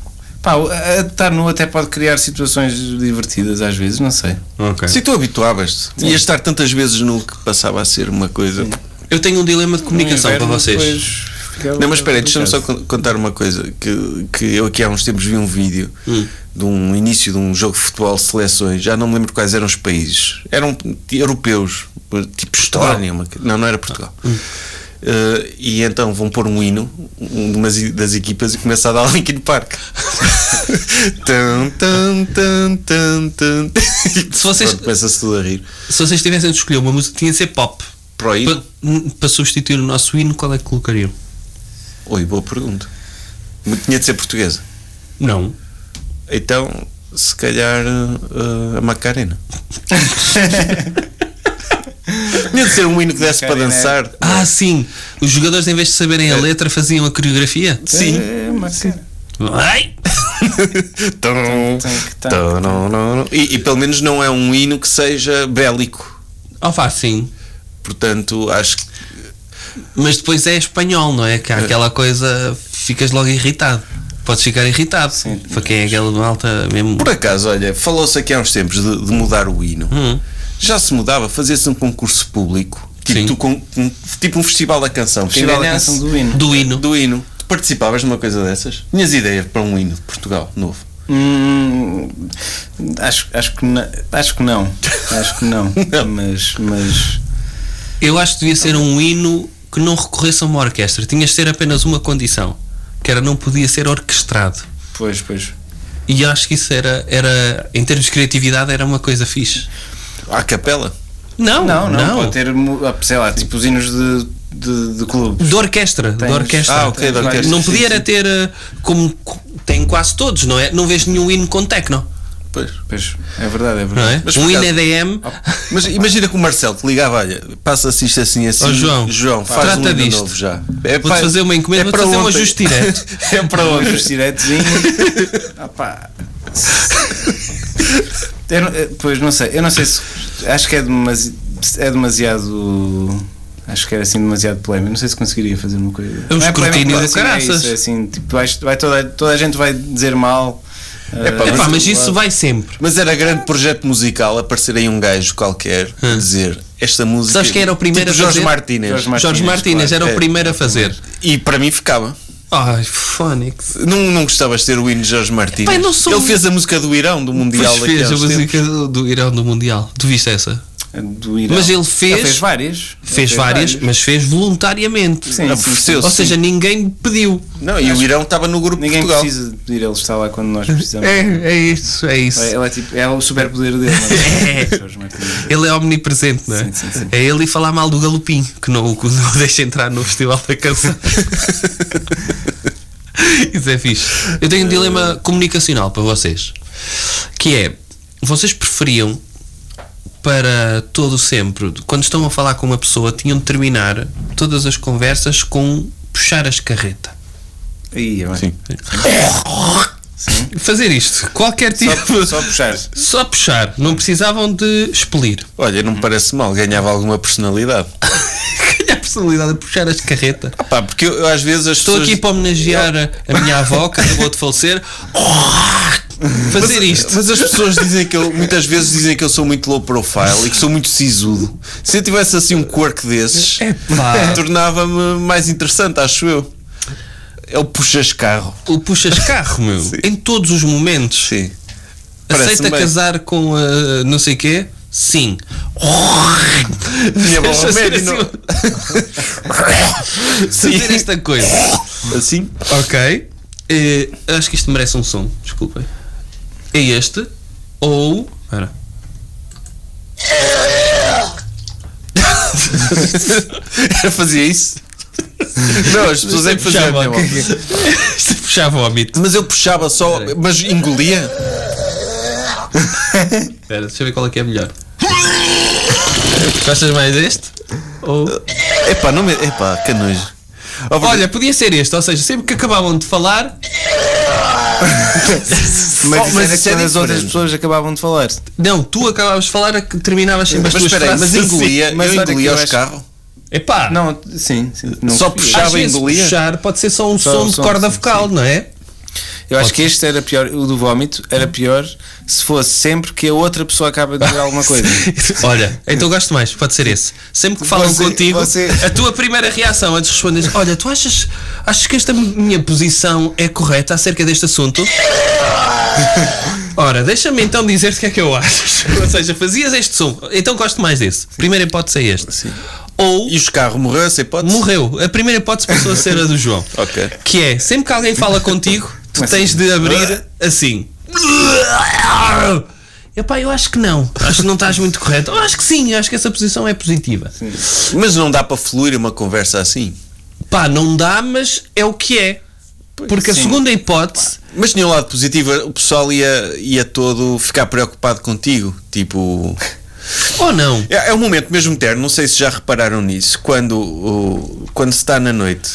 [SPEAKER 3] pá, o- a- a estar nu até pode criar situações divertidas às vezes, não sei.
[SPEAKER 1] Ok.
[SPEAKER 2] Se tu habituavas-te, ias estar tantas vezes nu que passava a ser uma coisa.
[SPEAKER 1] Eu tenho um dilema de comunicação
[SPEAKER 3] No
[SPEAKER 1] para
[SPEAKER 3] inverno,
[SPEAKER 1] vocês.
[SPEAKER 3] depois fica
[SPEAKER 2] Não, mas espera, aí, deixa-me só
[SPEAKER 3] complicado.
[SPEAKER 2] con- contar uma coisa. Que, que eu aqui há uns tempos vi um vídeo
[SPEAKER 1] Hum.
[SPEAKER 2] de um início de um jogo de futebol de seleções. Já não me lembro quais eram os países. Eram europeus, tipo Estónia. Uma, co- não, não era Portugal.
[SPEAKER 1] Hum.
[SPEAKER 2] Eh, e então vão pôr um hino um de umas, i- das equipas e começa a dar Linkin Park. tan, tan, tan, tan, tan.
[SPEAKER 1] Se vocês-
[SPEAKER 2] Pronto, Começa-se tudo a rir.
[SPEAKER 1] Se vocês tivessem de escolher uma música, tinha de ser pop.
[SPEAKER 2] Para o hino?
[SPEAKER 1] Para, para substituir o nosso hino, qual é que colocariam?
[SPEAKER 2] Oi, boa pergunta. Mas Tinha de ser portuguesa.
[SPEAKER 1] Não.
[SPEAKER 2] Então, se calhar eh, a Macarena. Tinha de ser um hino que desse para
[SPEAKER 3] Macarena é-
[SPEAKER 2] dançar.
[SPEAKER 1] Ah, sim. Os jogadores, em vez de saberem a letra, faziam a coreografia?
[SPEAKER 2] Sim.
[SPEAKER 3] É, mas cara,
[SPEAKER 1] Ai!
[SPEAKER 2] Tum,
[SPEAKER 3] tem que estar.
[SPEAKER 2] tum, não, não, não. E, e pelo menos não é um hino que seja bélico.
[SPEAKER 1] Ou vá, assim. sim.
[SPEAKER 2] Portanto, acho que.
[SPEAKER 1] Mas depois é espanhol, não é? Que há aquela coisa, ficas logo irritado. Podes ficar irritado. Sim. Para quem é aquela malta mesmo.
[SPEAKER 2] Por acaso, olha, falou-se aqui há uns tempos de, de mudar o hino. Já se mudava, fazia-se um concurso público.
[SPEAKER 1] Sim.
[SPEAKER 2] Tipo, tu con- um, tipo um festival da canção. Quem
[SPEAKER 3] Festival da
[SPEAKER 2] ganhasse-
[SPEAKER 3] Canção do Hino.
[SPEAKER 1] Do hino.
[SPEAKER 2] do hino. Tu participavas numa coisa dessas? Tinhas ideia para um hino de Portugal novo?
[SPEAKER 3] Hum, acho, acho, que na- acho que não. Acho que não. Mas, mas
[SPEAKER 1] Eu acho que devia ser um hino que não recorresse a uma orquestra. Tinhas de ter apenas uma condição, que era não podia ser orquestrado.
[SPEAKER 3] pois, pois.
[SPEAKER 1] E acho que isso era, era em termos de criatividade, era uma coisa fixe.
[SPEAKER 2] À capela?
[SPEAKER 1] Não,
[SPEAKER 3] Não, não, pode ter, mu- ah, sei lá, tipo os hinos de, de, de clube.
[SPEAKER 1] De orquestra, de
[SPEAKER 3] Tens-
[SPEAKER 1] orquestra.
[SPEAKER 2] Ah, ok, de orquestra,
[SPEAKER 1] Não
[SPEAKER 2] sim,
[SPEAKER 1] podia era
[SPEAKER 2] sim.
[SPEAKER 1] ter, eh, como co- tem quase todos, não é? Não vês nenhum hino com tecno,
[SPEAKER 2] Pois.
[SPEAKER 3] Pois, é verdade, é
[SPEAKER 1] não
[SPEAKER 3] verdade.
[SPEAKER 1] é?
[SPEAKER 2] Mas
[SPEAKER 1] um
[SPEAKER 2] por
[SPEAKER 1] hino
[SPEAKER 2] acaso-
[SPEAKER 1] EDM.
[SPEAKER 2] Mas imagina que o Marcelo te ligava, olha, passa-se isto assim, assim.
[SPEAKER 1] Ó, João,
[SPEAKER 2] faz
[SPEAKER 1] trata
[SPEAKER 2] um hino
[SPEAKER 1] disto.
[SPEAKER 2] novo já. É
[SPEAKER 1] Vou-te fazer uma encomenda, vou-te fazer um
[SPEAKER 2] ontem.
[SPEAKER 1] ajuste direto.
[SPEAKER 2] é para
[SPEAKER 3] Os
[SPEAKER 2] hoje.
[SPEAKER 3] diretozinhos. Ah, pá. Eu não- eh, pois não sei, eu não sei se acho que é, demasi, é demasiado. Acho que era assim demasiado polémico. Não sei se conseguiria fazer uma coisa.
[SPEAKER 1] É um
[SPEAKER 3] Não
[SPEAKER 1] escrutínio
[SPEAKER 3] polémico, mas
[SPEAKER 1] do
[SPEAKER 3] assim, é
[SPEAKER 1] caraças.
[SPEAKER 3] isso, é assim, tipo, vai, vai toda, toda a gente vai dizer mal. eh,
[SPEAKER 2] pá,
[SPEAKER 1] Epá,
[SPEAKER 2] mas-
[SPEAKER 1] É mas isso vai sempre.
[SPEAKER 2] Mas era grande projeto musical aparecer aí um gajo qualquer a dizer esta música.
[SPEAKER 1] Hum. Sabes quem era o primeiro
[SPEAKER 2] tipo
[SPEAKER 1] a
[SPEAKER 2] Jorge
[SPEAKER 1] fazer?
[SPEAKER 2] Martínez.
[SPEAKER 3] Jorge Martínez,
[SPEAKER 1] Jorge Martínez
[SPEAKER 3] claro.
[SPEAKER 1] era o
[SPEAKER 2] É.
[SPEAKER 1] primeiro a fazer.
[SPEAKER 2] E para mim ficava.
[SPEAKER 1] Ai, Fónix.
[SPEAKER 2] Não, não gostavas de ter o hino de Jorge Martínez.
[SPEAKER 1] Pai, não sou- um-
[SPEAKER 2] Ele fez a música do Irão do Mundial
[SPEAKER 1] Pois
[SPEAKER 3] é
[SPEAKER 2] daqui
[SPEAKER 1] fez
[SPEAKER 2] há
[SPEAKER 1] a
[SPEAKER 2] uns tempos.
[SPEAKER 1] música do, do Irão do Mundial. Tu viste essa?
[SPEAKER 3] do Irão.
[SPEAKER 1] Mas ele fez-
[SPEAKER 3] Ele fez várias. Ele
[SPEAKER 1] Fez várias, mas fez voluntariamente.
[SPEAKER 3] É Sim, sim,
[SPEAKER 2] Ofereceu-se,
[SPEAKER 1] Ou seja, ninguém pediu.
[SPEAKER 2] Não, e o Irão estava no grupo de
[SPEAKER 3] Ninguém
[SPEAKER 2] Portugal.
[SPEAKER 3] precisa de ir, ele está lá quando nós precisamos.
[SPEAKER 1] é isso, é isso.
[SPEAKER 3] É, Ele é, tipo, é o superpoder dele.
[SPEAKER 1] É.
[SPEAKER 3] não Jorge Martins.
[SPEAKER 1] Ele é omnipresente, não é?
[SPEAKER 3] Sim, sim, sim.
[SPEAKER 1] É ele e falar mal do Galopim, que não, que não o deixa entrar no Festival da Canção. Isso é fixe. Eu tenho um dilema comunicacional para vocês. Que é, vocês preferiam para todo sempre, quando estão a falar com uma pessoa, tinham de terminar todas as conversas com puxar a escarreta.
[SPEAKER 3] Aí, é bem.
[SPEAKER 2] Sim.
[SPEAKER 1] Fazer isto, qualquer tipo.
[SPEAKER 3] Só, só puxar.
[SPEAKER 1] Só puxar, não precisavam de expelir.
[SPEAKER 2] Olha, não me parece mal, ganhava alguma personalidade.
[SPEAKER 3] é
[SPEAKER 1] Ganhar a personalidade de puxar a escarreta.
[SPEAKER 2] Ah pá, porque eu, eu às vezes as
[SPEAKER 1] Estou
[SPEAKER 2] pessoas.
[SPEAKER 1] aqui para homenagear a, a minha avó que acabou de falecer. Fazer isto.
[SPEAKER 2] Mas as pessoas dizem que eu, muitas vezes dizem que eu sou muito low profile e que sou muito sisudo. Se eu tivesse assim um quirk desses,
[SPEAKER 3] É
[SPEAKER 1] Epá.
[SPEAKER 2] tornava-me mais interessante, acho eu. É o puxas-carro.
[SPEAKER 1] O puxas carro, meu. Em todos os momentos.
[SPEAKER 2] Sim.
[SPEAKER 1] Aceita
[SPEAKER 2] Parece-me bem.
[SPEAKER 1] casar com ah, não sei quê? Sim.
[SPEAKER 2] Minha avó
[SPEAKER 1] Deixa ser
[SPEAKER 2] Romério
[SPEAKER 1] assim- Fazer esta coisa.
[SPEAKER 2] Assim?
[SPEAKER 1] Ok. Eh, acho que isto merece um som, desculpem. É este. Ou. Espera.
[SPEAKER 2] Fazia isso? Não, as pessoas é que faziam.
[SPEAKER 1] Puxava,
[SPEAKER 2] minha avó.
[SPEAKER 1] Isto puxava o óbito.
[SPEAKER 2] Mas eu puxava só,
[SPEAKER 1] Peraí.
[SPEAKER 2] mas engolia.
[SPEAKER 1] Espera, deixa eu ver qual é que é melhor. Gostas mais deste? Ou...
[SPEAKER 2] Epá, não me. Epá, que nojo. Oh, porque-
[SPEAKER 1] Olha, podia ser este, ou seja, sempre que acabavam de falar,
[SPEAKER 3] Mas,
[SPEAKER 2] Oh,
[SPEAKER 3] isso
[SPEAKER 2] mas
[SPEAKER 3] era
[SPEAKER 2] isso é
[SPEAKER 3] quando as outras
[SPEAKER 2] diferente.
[SPEAKER 3] pessoas acabavam de falar.
[SPEAKER 1] não, tu acabavas de falar, é que terminavas sempre as
[SPEAKER 2] mas
[SPEAKER 1] tuas
[SPEAKER 2] espera aí,
[SPEAKER 1] frases.
[SPEAKER 2] mas engolia,
[SPEAKER 3] assim, mas
[SPEAKER 2] mas eu
[SPEAKER 3] olha que
[SPEAKER 2] engolia
[SPEAKER 3] eu
[SPEAKER 2] os
[SPEAKER 3] acho-
[SPEAKER 2] carros.
[SPEAKER 1] Epá, não,
[SPEAKER 3] Não, sim. sim, não
[SPEAKER 2] Só puxar.
[SPEAKER 3] percebi.
[SPEAKER 1] às
[SPEAKER 2] puxava,
[SPEAKER 1] vezes
[SPEAKER 2] engolia.
[SPEAKER 1] puxar pode ser só um
[SPEAKER 3] Só
[SPEAKER 1] som
[SPEAKER 3] um
[SPEAKER 1] de
[SPEAKER 3] som,
[SPEAKER 1] corda
[SPEAKER 3] sim,
[SPEAKER 1] vocal, não é?
[SPEAKER 3] Eu acho que este era pior, o do vómito era pior se fosse sempre que a outra pessoa acaba de dizer alguma coisa.
[SPEAKER 1] Olha, então gosto mais, pode ser esse. Sempre que falam
[SPEAKER 3] Você-
[SPEAKER 1] contigo,
[SPEAKER 3] você-
[SPEAKER 1] a tua primeira reação antes de responderes, olha, tu achas, achas que esta minha posição é correta acerca deste assunto? Ora, deixa-me então dizer-te o que é que eu acho. Ou seja, fazias este som, então gosto mais desse. Primeira hipótese é este. Ou
[SPEAKER 2] E os carros morreu essa hipótese?
[SPEAKER 1] morreu. A primeira hipótese passou a ser a do João.
[SPEAKER 2] Ok.
[SPEAKER 1] Que é, sempre que alguém fala contigo, tu tens de abrir assim. Epá, eu acho que não. Acho que não estás muito correto. Eu acho que sim, eu acho que essa posição é positiva.
[SPEAKER 2] Mas não dá para fluir uma conversa assim.
[SPEAKER 1] Pá, não dá, mas é o que é. Porque a segunda hipótese.
[SPEAKER 2] Mas tinha um lado positivo, o pessoal ia, ia todo ficar preocupado contigo. Tipo.
[SPEAKER 1] Ou não.
[SPEAKER 2] É, é um momento mesmo terno, não sei se já repararam nisso, quando, o- quando se está na noite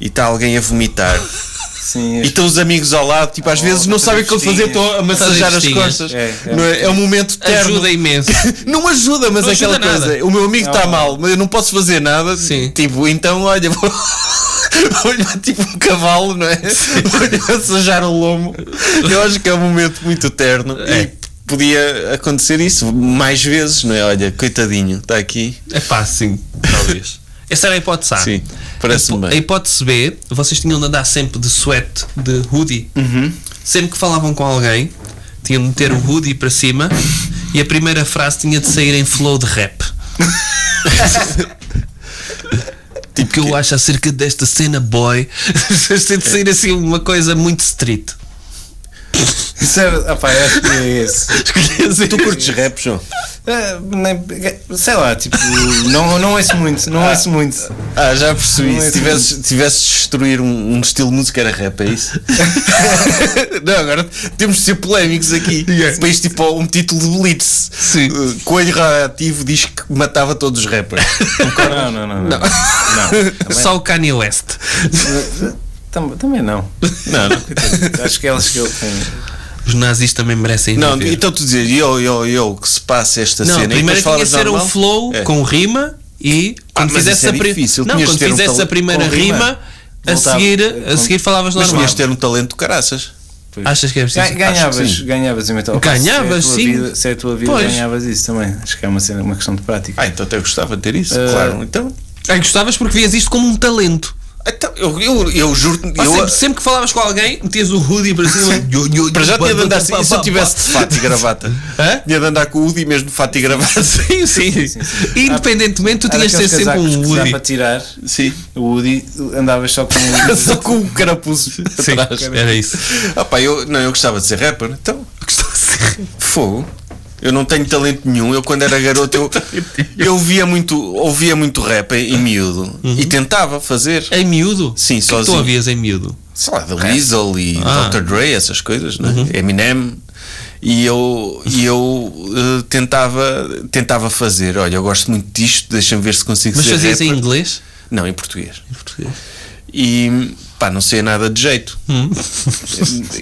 [SPEAKER 2] e está alguém a vomitar
[SPEAKER 3] Sim, Oh,
[SPEAKER 2] e estão os amigos ao lado, tipo, às vezes não sabem o que ele fazer, estão a massagejar as
[SPEAKER 1] Festinhas.
[SPEAKER 2] costas.
[SPEAKER 3] É, é.
[SPEAKER 2] Não é? É um momento terno.
[SPEAKER 1] Ajuda imenso.
[SPEAKER 2] Não ajuda, mas
[SPEAKER 1] Não
[SPEAKER 2] é aquela
[SPEAKER 1] ajuda nada.
[SPEAKER 2] coisa. O meu amigo está mal, mas eu não posso fazer nada.
[SPEAKER 1] Sim.
[SPEAKER 2] Tipo, então, olha, vou. Olha, tipo um cavalo, não é? Olha, assajar o lomo. Eu acho que é um momento muito terno. E podia acontecer isso mais vezes, não é? Olha, coitadinho, está aqui.
[SPEAKER 1] É pá, sim, talvez. Essa era a hipótese A.
[SPEAKER 2] Sim, parece-me
[SPEAKER 1] A
[SPEAKER 2] bem.
[SPEAKER 1] hipótese B, vocês tinham de andar sempre de sweat, de hoodie. Sempre que falavam com alguém, tinham de ter o hoodie para cima e a primeira frase tinha de sair em flow de rap. tipo que eu acho acerca desta cena boy, tem de sair assim uma coisa muito street.
[SPEAKER 3] Isso era, opá, eu acho que é esse.
[SPEAKER 2] Tu curtes rap, João?
[SPEAKER 3] Ah, nem- Sei lá, tipo, não, não ouço muito, não ouço muito.
[SPEAKER 2] Ah, já percebi.
[SPEAKER 3] Não é
[SPEAKER 2] Se tivesse, tivesse de destruir um, um estilo de música, era rap, é isso? não, agora temos de ser polémicos aqui. Para isto, tipo, um título de Blitz.
[SPEAKER 1] Sim.
[SPEAKER 2] Uh, Coelho Radioativo diz que matava todos os rappers.
[SPEAKER 3] Não, não, não. não.
[SPEAKER 1] Só o Kanye West.
[SPEAKER 3] Tam- também não.
[SPEAKER 2] não, não.
[SPEAKER 3] Acho que elas que ele tem.
[SPEAKER 1] Os nazis também merecem
[SPEAKER 2] Não,
[SPEAKER 1] viver.
[SPEAKER 2] então tu dizer, yo, yo, yo, que se passa esta
[SPEAKER 1] Não,
[SPEAKER 2] cena.
[SPEAKER 1] primeiro
[SPEAKER 2] e depois
[SPEAKER 1] tinha de
[SPEAKER 2] falas
[SPEAKER 1] ser um
[SPEAKER 2] normal?
[SPEAKER 1] flow
[SPEAKER 2] É.
[SPEAKER 1] com rima e quando
[SPEAKER 2] mas
[SPEAKER 1] fizesse
[SPEAKER 2] isso é
[SPEAKER 1] a pri-
[SPEAKER 2] difícil.
[SPEAKER 1] Não,
[SPEAKER 2] Tinhas
[SPEAKER 1] quando
[SPEAKER 2] de ter um
[SPEAKER 1] fizesse a
[SPEAKER 2] talento
[SPEAKER 1] primeira
[SPEAKER 2] com
[SPEAKER 1] rima,
[SPEAKER 2] rima.
[SPEAKER 1] a,
[SPEAKER 3] Voltava-
[SPEAKER 1] seguir, a
[SPEAKER 3] com-
[SPEAKER 1] seguir falavas
[SPEAKER 2] Mas
[SPEAKER 1] normal.
[SPEAKER 2] tinhas de ter um talento do caraças.
[SPEAKER 1] Achas que é preciso?
[SPEAKER 3] Ga- Ganhavas,
[SPEAKER 2] Acho que sim.
[SPEAKER 3] ganhavas eventualmente.
[SPEAKER 1] Ganhavas,
[SPEAKER 3] se é a tua
[SPEAKER 1] sim.
[SPEAKER 3] Vida, se é a tua vida,
[SPEAKER 1] Pois.
[SPEAKER 3] ganhavas isso também. Acho que é uma, cena, uma questão de prática.
[SPEAKER 2] Ah, então até gostava de ter isso,
[SPEAKER 3] Uh,
[SPEAKER 1] É,
[SPEAKER 2] claro. Então,
[SPEAKER 1] Ah, gostavas porque vias isto como um talento.
[SPEAKER 2] Então, eu, eu, eu juro.
[SPEAKER 1] Pá,
[SPEAKER 2] eu-
[SPEAKER 1] sempre, sempre que falavas com alguém, metias o hoodie para cima. Yo, yo, yo,
[SPEAKER 2] para já
[SPEAKER 1] pá,
[SPEAKER 2] tinha de
[SPEAKER 1] pá,
[SPEAKER 2] andar
[SPEAKER 1] pá,
[SPEAKER 2] assim.
[SPEAKER 1] pá,
[SPEAKER 2] E se eu
[SPEAKER 1] pá.
[SPEAKER 2] tivesse de fato e gravata?
[SPEAKER 1] Hã?
[SPEAKER 2] Tinha de andar com o Udi mesmo de fato e gravata.
[SPEAKER 1] Sim, sim. Independentemente, tu tinhas de ter sempre um
[SPEAKER 3] que dá
[SPEAKER 1] hoodie.
[SPEAKER 3] para tirar.
[SPEAKER 2] Sim.
[SPEAKER 3] O Woody andavas só com o
[SPEAKER 2] Só com o carapuço
[SPEAKER 1] Sim,
[SPEAKER 2] atrás.
[SPEAKER 1] era isso.
[SPEAKER 2] Ah, pá, eu, não, eu gostava de ser rapper. Então,
[SPEAKER 1] Gostou de ser-
[SPEAKER 2] Fogo. Eu não tenho talento nenhum. Eu, quando era garoto, eu, eu via muito, ouvia muito rap em, em miúdo e tentava fazer.
[SPEAKER 1] Em miúdo?
[SPEAKER 2] Sim,
[SPEAKER 1] O que é que
[SPEAKER 2] sozinho.
[SPEAKER 1] tu ouvias em miúdo?
[SPEAKER 2] Sei lá, The Weasel e
[SPEAKER 1] Ah.
[SPEAKER 2] Dr. Dre, essas coisas, né? Eminem. E eu, e eu eh, tentava, tentava fazer. Olha, eu gosto muito disto, deixa-me ver se consigo
[SPEAKER 1] Mas
[SPEAKER 2] ser.
[SPEAKER 1] fazias em
[SPEAKER 2] rapper.
[SPEAKER 1] inglês?
[SPEAKER 2] Não, em português. E pá, não sei nada de jeito.
[SPEAKER 1] Hum.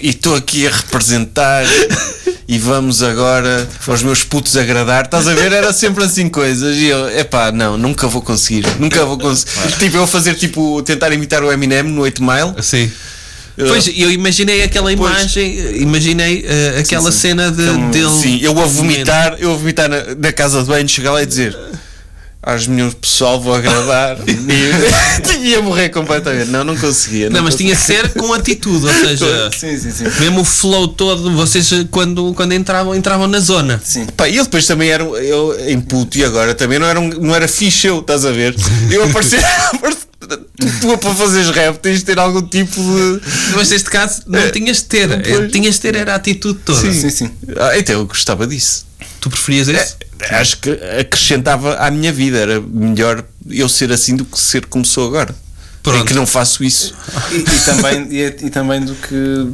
[SPEAKER 2] E estou aqui a representar. E vamos agora aos meus putos agradar. Estás a ver? Era sempre assim coisas. E eu, epá, não, nunca vou conseguir. Nunca vou conseguir. Tipo, eu fazer tipo, tentar imitar o Eminem no 8 Mile.
[SPEAKER 1] Sim.
[SPEAKER 2] Eu-
[SPEAKER 1] Assim. Pois, eu imaginei aquela
[SPEAKER 2] Pois.
[SPEAKER 1] imagem, imaginei eh, aquela cena de, dele.
[SPEAKER 2] Sim, eu a vomitar, eu a vomitar na, na casa de banho, chegar lá e dizer. Às minhas pessoal vou agradar e ia morrer completamente. Não, não conseguia.
[SPEAKER 1] Não, mas
[SPEAKER 2] conseguia.
[SPEAKER 1] tinha que ser com atitude, ou seja,
[SPEAKER 3] Sim, sim, sim.
[SPEAKER 1] mesmo o flow todo, vocês eh, quando, quando entravam, entravam na zona.
[SPEAKER 3] Sim.
[SPEAKER 2] Pá, e eu depois também era um- eu em puto e agora também não era, um, não era fixe eu, estás a ver? Eu aparecer tu, tu para fazeres rap tens de ter algum tipo de.
[SPEAKER 1] Mas neste caso não tinhas de ter, eh, tinhas de ter era a atitude toda.
[SPEAKER 3] Sim, sim.
[SPEAKER 2] Ah, então eu gostava disso. É,
[SPEAKER 1] Tu preferias esse?
[SPEAKER 2] Acho que acrescentava à minha vida, era melhor eu ser assim do que ser como sou agora.
[SPEAKER 1] Pronto.
[SPEAKER 2] Em que não faço isso.
[SPEAKER 3] E, e também, e, e também do que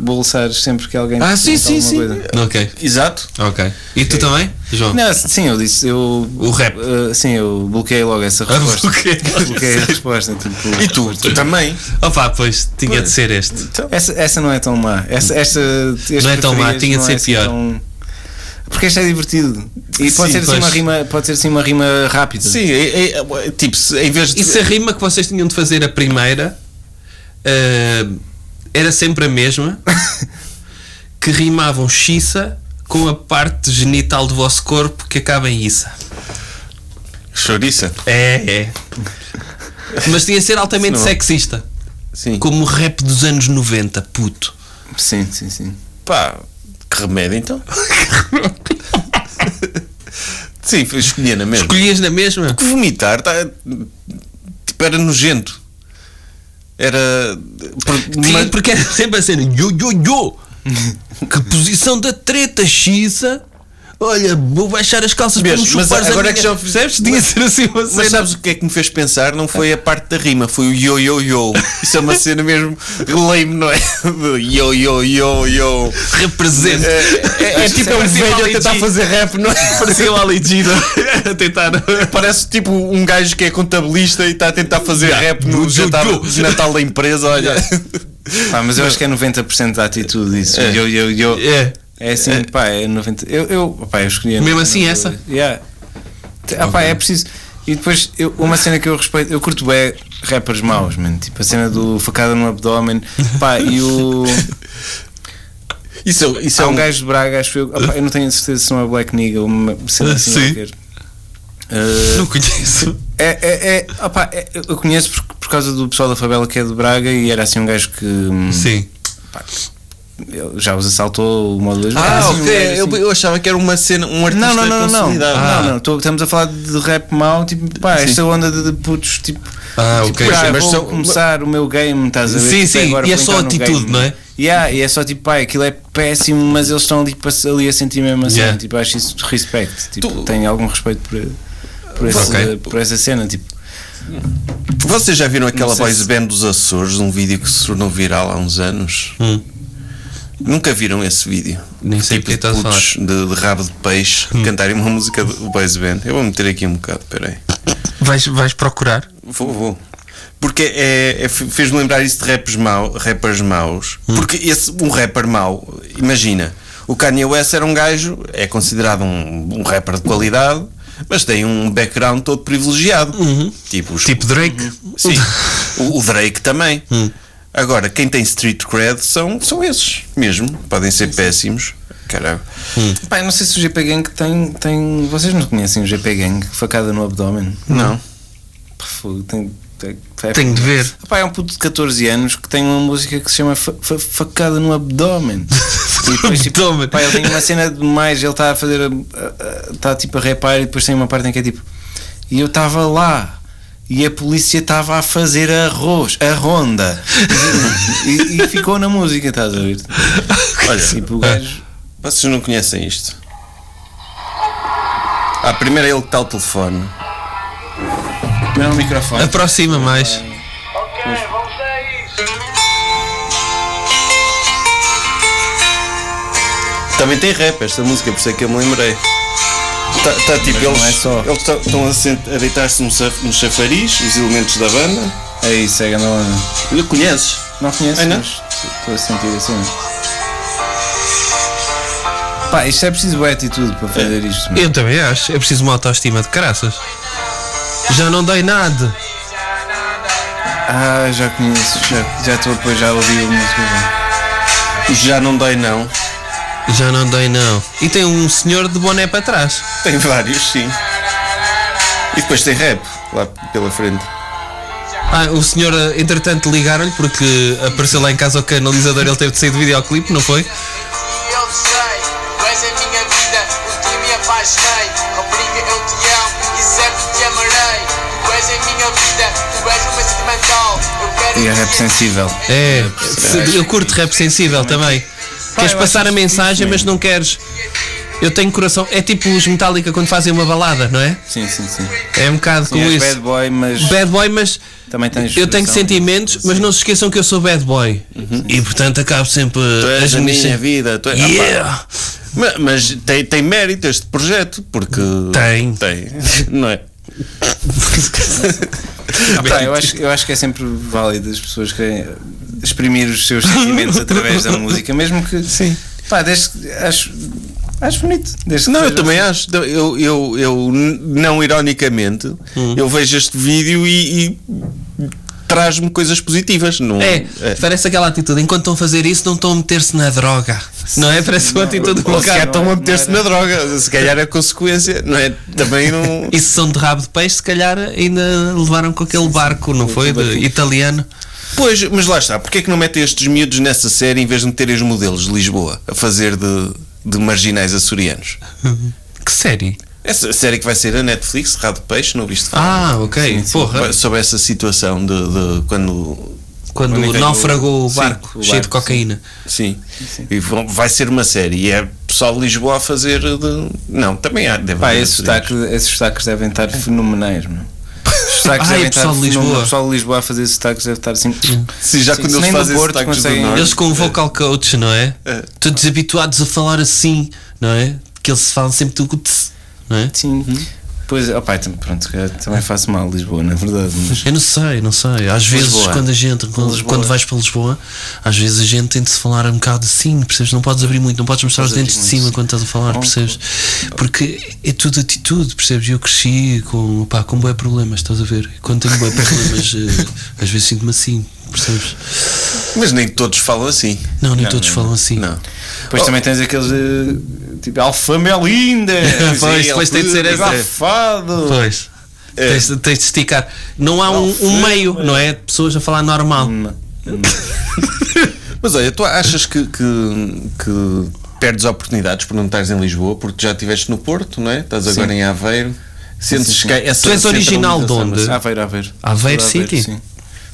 [SPEAKER 3] bolsares sempre que alguém te
[SPEAKER 2] Ah, sim,
[SPEAKER 3] pergunta
[SPEAKER 2] sim,
[SPEAKER 3] alguma
[SPEAKER 2] sim.
[SPEAKER 3] coisa.
[SPEAKER 1] Ok,
[SPEAKER 2] Exato.
[SPEAKER 1] ok. E tu também, João?
[SPEAKER 3] Não, sim, eu disse, eu.
[SPEAKER 1] O rap.
[SPEAKER 3] eh, sim, eu bloqueei logo essa
[SPEAKER 1] Ah,
[SPEAKER 3] resposta.
[SPEAKER 1] bloqueei logo
[SPEAKER 3] bloqueei a resposta. tipo,
[SPEAKER 2] E tu, tu também.
[SPEAKER 1] Opa, pois tinha de ser este.
[SPEAKER 3] Essa, essa não é tão má. Essa, esta, este
[SPEAKER 1] então? Não é tão má,
[SPEAKER 3] preferias
[SPEAKER 1] tinha de
[SPEAKER 3] não
[SPEAKER 1] ser
[SPEAKER 3] assim
[SPEAKER 1] pior.
[SPEAKER 3] tão- Porque esta é divertido. E
[SPEAKER 1] Sim,
[SPEAKER 3] pode ser, assim
[SPEAKER 1] pois.
[SPEAKER 3] uma rima, pode ser assim uma rima rápida.
[SPEAKER 2] Sim, é- é- tipo, se- em vez de.
[SPEAKER 1] E se a rima que vocês tinham de fazer a primeira eh, era sempre a mesma, que rimavam xiça com a parte genital do vosso corpo que acaba em isa.
[SPEAKER 2] Chouriça.
[SPEAKER 1] É, é. Mas tinha de ser altamente
[SPEAKER 2] Senão-
[SPEAKER 1] sexista.
[SPEAKER 2] Sim.
[SPEAKER 1] Como o rap dos anos 90, puto.
[SPEAKER 3] Sim, sim, sim.
[SPEAKER 2] Pá, que remédio então. Sim, foi- escolhi na mesma.
[SPEAKER 1] Escolhias na mesma?
[SPEAKER 2] que vomitar tá, tipo, era nojento. Era. por-
[SPEAKER 1] Sim,
[SPEAKER 2] mas-
[SPEAKER 1] porque era sempre a cena yo, yo, yo. Que posição da treta xiça. Olha, vou baixar as calças para
[SPEAKER 2] Mesmo,
[SPEAKER 1] me
[SPEAKER 2] mas
[SPEAKER 1] chupares a
[SPEAKER 2] agora é
[SPEAKER 1] minha-
[SPEAKER 2] que já-
[SPEAKER 1] percebes? Tinha de ser assim uma
[SPEAKER 2] mas
[SPEAKER 1] cena.
[SPEAKER 2] sabes o que é que me fez pensar? Não foi a parte da rima, foi o yo yo yo. Isso é uma cena mesmo lame, não é? Do Yo yo yo yo.
[SPEAKER 1] Represente.
[SPEAKER 2] É, é- é tipo é um
[SPEAKER 1] Parecia o
[SPEAKER 2] velho a
[SPEAKER 1] Ali
[SPEAKER 2] tentar
[SPEAKER 1] G.
[SPEAKER 2] fazer rap, não é?
[SPEAKER 1] Parecia o Ali G do- a tentar.
[SPEAKER 2] Parece tipo um gajo que é contabilista e está a tentar fazer
[SPEAKER 1] Yeah.
[SPEAKER 2] rap no
[SPEAKER 1] Yo,
[SPEAKER 2] jantar
[SPEAKER 1] yo.
[SPEAKER 2] de Natal da empresa. Olha,
[SPEAKER 3] Pá, mas eu acho que é 90% da atitude isso.
[SPEAKER 2] É.
[SPEAKER 3] Eu, eu, eu.
[SPEAKER 1] É.
[SPEAKER 3] É assim, pá, é 90%. Eu, eu, pá, eu escolhi a
[SPEAKER 1] Mesmo assim,
[SPEAKER 3] eu-
[SPEAKER 1] essa?
[SPEAKER 3] Yeah. Ah, pá, é preciso. E depois, eu- uma cena que eu respeito, eu curto bem rappers maus, mano. Tipo a cena do facada no abdômen, pá, e o.
[SPEAKER 2] isso, é- isso
[SPEAKER 3] Há
[SPEAKER 2] é
[SPEAKER 3] um gajo de Braga, acho eu. opá, eu não tenho certeza se não é Black Nigga, uma cena assim
[SPEAKER 1] Sim.
[SPEAKER 3] qualquer. Ah,
[SPEAKER 1] Não conheço.
[SPEAKER 3] é, é, é, opá, é- eu conheço por, por causa do pessoal da favela que é de Braga e era assim um gajo que hum,
[SPEAKER 1] Sim.
[SPEAKER 3] ele já os assaltou uma ou duas vezes.
[SPEAKER 2] Ah,
[SPEAKER 3] Assim, um
[SPEAKER 2] ok.
[SPEAKER 3] gajo
[SPEAKER 2] Eu,
[SPEAKER 3] assim.
[SPEAKER 2] eu achava que era uma cena, um artista
[SPEAKER 3] Não, não, não, Ah. não, não.
[SPEAKER 2] consolidado.
[SPEAKER 3] é Não, não, tô- estamos a falar de rap mau, tipo, pá,
[SPEAKER 2] Sim.
[SPEAKER 3] esta onda de, de putos, tipo,
[SPEAKER 1] Ah,
[SPEAKER 3] tipo,
[SPEAKER 1] ok.
[SPEAKER 3] pá,
[SPEAKER 2] Mas
[SPEAKER 3] vou
[SPEAKER 2] são-
[SPEAKER 3] começar o meu game, estás a ver?
[SPEAKER 1] Sim,
[SPEAKER 3] Tipo,
[SPEAKER 1] sim,
[SPEAKER 3] agora
[SPEAKER 1] e é
[SPEAKER 3] vou
[SPEAKER 1] só
[SPEAKER 3] entrar no
[SPEAKER 1] atitude,
[SPEAKER 3] game.
[SPEAKER 1] não é?
[SPEAKER 3] Yeah, e é só tipo, pá, aquilo é péssimo, mas eles estão ali, pa- ali a sentir mesmo assim,
[SPEAKER 1] Yeah.
[SPEAKER 3] tipo, acho isso de respeito, tipo,
[SPEAKER 2] Tu-
[SPEAKER 3] tenho algum respeito por, por, esse-
[SPEAKER 1] Ok.
[SPEAKER 3] por essa cena, tipo,
[SPEAKER 2] Vocês já viram aquela
[SPEAKER 3] Não sei
[SPEAKER 2] boys
[SPEAKER 3] se-
[SPEAKER 2] band dos Açores, um vídeo que se tornou viral há uns anos? Nunca viram esse vídeo?
[SPEAKER 1] Nem sei
[SPEAKER 2] tipo
[SPEAKER 1] o que
[SPEAKER 2] de
[SPEAKER 1] estás a falar.
[SPEAKER 2] putos de, de rabo de peixe cantarem uma música do boys band. Eu vou meter aqui um bocado, peraí.
[SPEAKER 1] Vais, vais procurar?
[SPEAKER 2] Vou, vou. Porque é, é- fez-me lembrar isso de rappers, mau, rappers maus. Porque esse, um rapper mau, imagina, o Kanye West era um gajo, é considerado um, um rapper de qualidade, mas tem um background todo privilegiado. Tipo, os-
[SPEAKER 1] Tipo Drake?
[SPEAKER 2] Sim. o, o Drake também. Agora, quem tem street cred são, são esses mesmo. Podem ser péssimos. Caralho.
[SPEAKER 3] pá, eu não sei se o GP Gang tem, tem, vocês não conhecem o GP Gang, facada no abdômen?
[SPEAKER 2] Não.
[SPEAKER 3] Pá, fogo, tem- tem- percebe?
[SPEAKER 1] Tenho de ver.
[SPEAKER 3] Pá, é um puto de 14 anos que tem uma música que se chama Fa- Fa- Facada no Abdômen. e
[SPEAKER 1] Abdômen.
[SPEAKER 3] depois, tipo, pá, ele tem uma cena de mais, ele está a fazer, a- a- a- está tipo a repar e depois tem uma parte em que é tipo, e eu estava lá. E a polícia estava a fazer arroz, a ronda. e, e ficou na música, estás a ver? Olha, tipo, o gajo.
[SPEAKER 2] Vocês não conhecem isto? A primeira é ele que está ao telefone.
[SPEAKER 3] Não é um microfone.
[SPEAKER 1] Ah. Aproxima mais.
[SPEAKER 5] Ok, vamos a isso.
[SPEAKER 2] Também tem rap esta música, por isso é que eu me lembrei. Tá, tá, tipo, eles
[SPEAKER 3] não é só.
[SPEAKER 2] estão a, sent- a deitar-se no, sa- no chafariz, os elementos da banda.
[SPEAKER 3] É isso, é grande onda.
[SPEAKER 2] Olha, conheces?
[SPEAKER 3] Não conheço,
[SPEAKER 2] Ai, não?
[SPEAKER 3] mas estou a sentir assim. Pá, isto é preciso boa atitude para fazer isto. mano.
[SPEAKER 1] Eu também acho. É preciso uma autoestima de caraças. Já não dei nada.
[SPEAKER 3] Ah, já conheço, já- já estou depois, já ouvi a música. já.
[SPEAKER 2] Já não dói não.
[SPEAKER 1] Já não dei não. E tem um senhor de boné para trás.
[SPEAKER 2] Tem vários, sim. E depois tem rap lá pela frente.
[SPEAKER 1] Ah, o senhor, eh, entretanto, ligaram-lhe porque apareceu lá em casa o canalizador. Ele teve de sair do videoclipe, não foi?
[SPEAKER 5] Eu sei, tu és a minha vida, por ti me apaixonei. Rapariga, eu te amo e sempre te amarei. Tu és a minha vida, tu és uma sentimental. Eu quero
[SPEAKER 3] E é
[SPEAKER 5] te
[SPEAKER 3] rap sensível.
[SPEAKER 1] É. Eu curto rap sensível também. Queres
[SPEAKER 3] eu
[SPEAKER 1] passar
[SPEAKER 3] acho
[SPEAKER 1] a
[SPEAKER 3] isso
[SPEAKER 1] mensagem,
[SPEAKER 3] mesmo.
[SPEAKER 1] mas não queres. Eu tenho coração. É tipo os Metallica quando fazem uma balada, não é?
[SPEAKER 3] Sim, sim, sim.
[SPEAKER 1] É um bocado
[SPEAKER 3] Sim,
[SPEAKER 1] como
[SPEAKER 3] és
[SPEAKER 1] isso.
[SPEAKER 3] bad boy, mas
[SPEAKER 1] Bad boy, mas
[SPEAKER 3] também tens.
[SPEAKER 1] eu tenho
[SPEAKER 3] expressão.
[SPEAKER 1] sentimentos, mas não se esqueçam que eu sou bad boy. E portanto acabo sempre
[SPEAKER 2] Uhum. Tu és
[SPEAKER 1] as
[SPEAKER 2] a
[SPEAKER 1] minhas.
[SPEAKER 2] minha vida. Tu és,
[SPEAKER 1] Yeah!
[SPEAKER 2] Mas, mas tem, tem mérito este projeto, porque.
[SPEAKER 1] Tem.
[SPEAKER 2] Tem. Não é?
[SPEAKER 3] Ah, pá, eu, acho, eu acho que é sempre válido as pessoas querem exprimir os seus sentimentos através da música, mesmo que. Sim. Pá, desde que. Acho, acho bonito. Desde que
[SPEAKER 2] Não, eu
[SPEAKER 3] seja-
[SPEAKER 2] também acho. Eu, eu, eu n- não ironicamente,
[SPEAKER 1] Hum.
[SPEAKER 2] eu vejo este vídeo e, e traz-me coisas positivas. Não,
[SPEAKER 1] É, parece aquela atitude. Enquanto estão a fazer isso, não estão a meter-se na droga. Não é? Parece uma atitude
[SPEAKER 2] Ou se
[SPEAKER 1] colocada.
[SPEAKER 2] calhar estão a meter-se na droga, se calhar é consequência, não é? Também não.
[SPEAKER 1] E se são de rabo de peixe, se calhar ainda levaram com aquele barco, não foi? De italiano.
[SPEAKER 2] Pois, mas lá está, porque é que não metem estes miúdos nessa série em vez de meterem os modelos de Lisboa a fazer de, de marginais açorianos?
[SPEAKER 1] Que série?
[SPEAKER 2] Essa série que vai ser a Netflix, Rado Peixe, não viste falar?
[SPEAKER 1] Ah, ok. Porra.
[SPEAKER 2] Sobre essa situação de, de quando.
[SPEAKER 1] Quando
[SPEAKER 2] Quando é que é
[SPEAKER 1] naufragou o
[SPEAKER 2] o-
[SPEAKER 1] barco,
[SPEAKER 2] sim, o
[SPEAKER 1] cheio de
[SPEAKER 2] barco,
[SPEAKER 1] cocaína.
[SPEAKER 2] Sim, e vão- vai ser uma série e é pessoal de Lisboa a fazer de. Não, também há. Deve
[SPEAKER 3] Pá,
[SPEAKER 2] haver
[SPEAKER 3] esses
[SPEAKER 2] açorianos.
[SPEAKER 3] sotaques, esses sotaques devem estar fenomenais, mano. Os sotaques
[SPEAKER 1] Ai, pessoal de
[SPEAKER 3] devem estar fenomenais.
[SPEAKER 1] Lisboa.
[SPEAKER 3] O pessoal de Lisboa a fazer sotaques deve estar assim.
[SPEAKER 2] Sim, já
[SPEAKER 3] Sim,
[SPEAKER 2] quando
[SPEAKER 3] se
[SPEAKER 2] eles
[SPEAKER 3] nem do
[SPEAKER 2] fazem
[SPEAKER 3] Porto
[SPEAKER 2] sotaques do
[SPEAKER 3] conseguem-
[SPEAKER 2] Norte.
[SPEAKER 1] Eles com o vocal coach, não é? Todos habituados a falar assim, não é? Que eles falam sempre tudo, tss, não é?
[SPEAKER 3] Sim. Pois, opá, tam- pronto, eu também faço mal Lisboa, na verdade. Mas
[SPEAKER 1] Eu não sei, não sei. Às vezes
[SPEAKER 3] Lisboa.
[SPEAKER 1] quando a gente, quando, quando vais para Lisboa, às vezes a gente tem de se falar um bocado assim, percebes? Não podes abrir muito, não podes mostrar os dentes de cima quando estás a falar, percebes? Porque é tudo atitude, percebes? Eu cresci com, pá, com bué problemas, estás a ver? Quando tenho bué problemas, eh, às vezes sinto-me assim, percebes?
[SPEAKER 2] Mas nem todos falam assim.
[SPEAKER 1] Não, nem todos falam assim.
[SPEAKER 2] Não.
[SPEAKER 3] depois também tens aqueles. eh, Tipo, Alfamelinda!
[SPEAKER 1] É, Pois, é. depois tem de ser essa.
[SPEAKER 3] Abafado!
[SPEAKER 1] Pois. Tens, de- tens de esticar. Não há um, um meio, não é? De pessoas a falar normal.
[SPEAKER 2] Mas olha, tu achas que, que- que perdes oportunidades por não estares em Lisboa? Porque já estiveste no Porto, não é? Estás agora em Aveiro. Sentes
[SPEAKER 3] sim, sim.
[SPEAKER 2] que é há essa
[SPEAKER 1] Tu és original de
[SPEAKER 2] centralização,
[SPEAKER 1] onde?
[SPEAKER 3] Aveiro, Aveiro.
[SPEAKER 1] Aveiro City?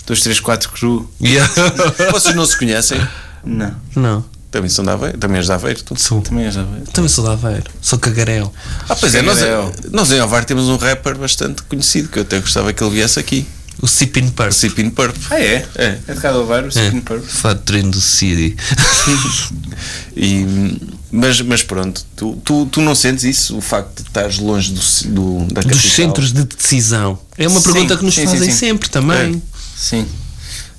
[SPEAKER 3] 2, 3, 4 cru.
[SPEAKER 2] mas Vocês não se conhecem?
[SPEAKER 3] Não,
[SPEAKER 1] Não.
[SPEAKER 2] Também são de Aveiro? Também és de Aveiro? Tu?
[SPEAKER 1] Sou.
[SPEAKER 3] também és de Aveiro.
[SPEAKER 1] Também sou de Aveiro. Sou cagarel.
[SPEAKER 2] Ah, pois é, nós,
[SPEAKER 3] Cagadel.
[SPEAKER 2] nós em Aveiro temos um rapper bastante conhecido que eu até gostava que ele viesse aqui.
[SPEAKER 1] O Sipin Purp.
[SPEAKER 2] Sipin Purp.
[SPEAKER 3] Ah, é?
[SPEAKER 2] É.
[SPEAKER 3] É de cada Aveiro, sim, no Porto.
[SPEAKER 1] Fatrino do City.
[SPEAKER 2] E, mas, mas pronto, tu, tu, tu não sentes isso? O facto de estares longe do, ci- do, da capital?
[SPEAKER 1] Dos centros de decisão. É uma
[SPEAKER 3] Sim,
[SPEAKER 1] pergunta que nos
[SPEAKER 3] sim, sim,
[SPEAKER 1] fazem
[SPEAKER 3] sim.
[SPEAKER 1] sempre também.
[SPEAKER 3] É, Sim.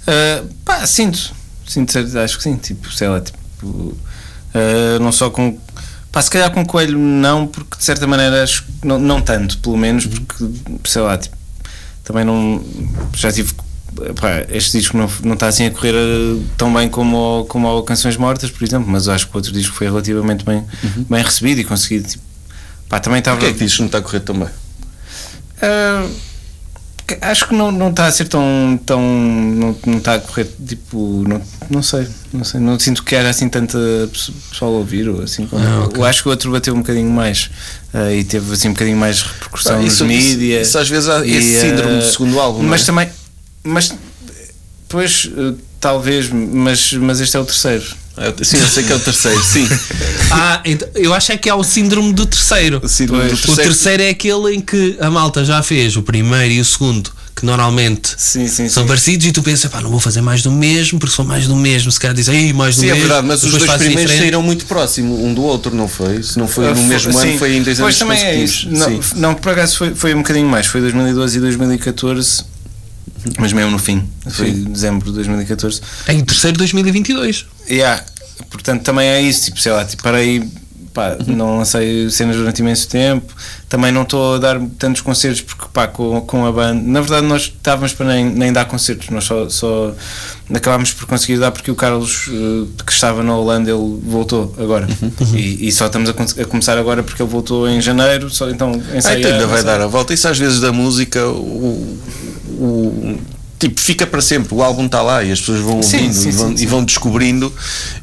[SPEAKER 3] Ah, pá, sinto. Sinto, acho que sim. Tipo, sei lá, tipo. ah, não só com. Pá, se calhar com coelho não, porque de certa maneira acho que não, não tanto, pelo menos, porque sei lá, tipo. Também não. Já tive. Pá, este disco não não está assim a correr ah, tão bem como ao, como ao Canções Mortas, por exemplo, mas acho que o outro disco foi relativamente bem, bem recebido e conseguido. Tipo, pá, também estava.
[SPEAKER 2] Porquê é que dizes que não está a correr tão bem?
[SPEAKER 3] Ah, que- acho que não, não está a ser tão. tão não, não está a correr tipo. Não, não sei, não sei. Não sinto que haja assim tanta pesso- pessoal a ouvir ou assim.
[SPEAKER 1] Ah, ok.
[SPEAKER 3] Eu acho que o outro bateu um bocadinho mais eh, e teve assim um bocadinho mais repercussão
[SPEAKER 2] Pá, Ah, isso-
[SPEAKER 3] nos mídias. eh,
[SPEAKER 2] isso- isso às vezes há esse síndrome do segundo álbum, não
[SPEAKER 3] Mas
[SPEAKER 2] é?
[SPEAKER 3] também. Mas. Pois, eh, talvez, mas, mas este é o terceiro.
[SPEAKER 2] Eu- Sim, eu sei que é o terceiro, sim.
[SPEAKER 1] Ah, então, eu acho é que há o síndrome do terceiro.
[SPEAKER 2] O síndrome do
[SPEAKER 1] O
[SPEAKER 2] terceiro.
[SPEAKER 1] terceiro é aquele em que a malta já fez o primeiro e o segundo, que normalmente
[SPEAKER 3] Sim, sim,
[SPEAKER 1] são
[SPEAKER 3] sim.
[SPEAKER 1] parecidos, e tu pensas, pá, não vou fazer mais do mesmo, porque se for mais do mesmo, se calhar dizem, ei, mais do
[SPEAKER 2] Sim, é
[SPEAKER 1] mesmo.
[SPEAKER 2] verdade, mas os
[SPEAKER 1] depois
[SPEAKER 2] dois
[SPEAKER 1] fazem
[SPEAKER 2] primeiros
[SPEAKER 1] diferente.
[SPEAKER 2] saíram muito próximo um do outro, não foi? Se não foi
[SPEAKER 3] Ah,
[SPEAKER 2] no
[SPEAKER 3] fo-
[SPEAKER 2] mesmo ano,
[SPEAKER 3] sim.
[SPEAKER 2] foi em dois
[SPEAKER 3] Pois
[SPEAKER 2] anos
[SPEAKER 3] também é isso.
[SPEAKER 2] consecutivos.
[SPEAKER 3] Não,
[SPEAKER 2] Sim.
[SPEAKER 3] f- não, por acaso foi, foi um bocadinho mais. Foi 2012 e 2014, mas mesmo no fim. Foi dezembro de 2014.
[SPEAKER 1] É em terceiro de 2022.
[SPEAKER 3] E há, portanto, também é isso. Tipo, sei lá, tipo, parei, pá, não lancei cenas durante imenso tempo. Também não estou a dar tantos concertos porque, pá, com, com a banda. Na verdade, nós estávamos para nem, nem dar concertos, nós só, só acabámos por conseguir dar porque o Carlos, eh, que estava na Holanda, ele voltou agora.
[SPEAKER 2] Uhum.
[SPEAKER 3] E, e só estamos a, con- a começar agora porque ele voltou em janeiro. Só, então,
[SPEAKER 2] Ah,
[SPEAKER 3] ensaiamos,
[SPEAKER 2] então ainda vai
[SPEAKER 3] ensaiamos.
[SPEAKER 2] dar a volta. Isso às vezes da música, o, o- tipo, fica para sempre. O álbum está lá e as pessoas vão
[SPEAKER 3] Sim,
[SPEAKER 2] ouvindo
[SPEAKER 3] sim,
[SPEAKER 2] e, vão,
[SPEAKER 3] sim, sim.
[SPEAKER 2] e vão descobrindo.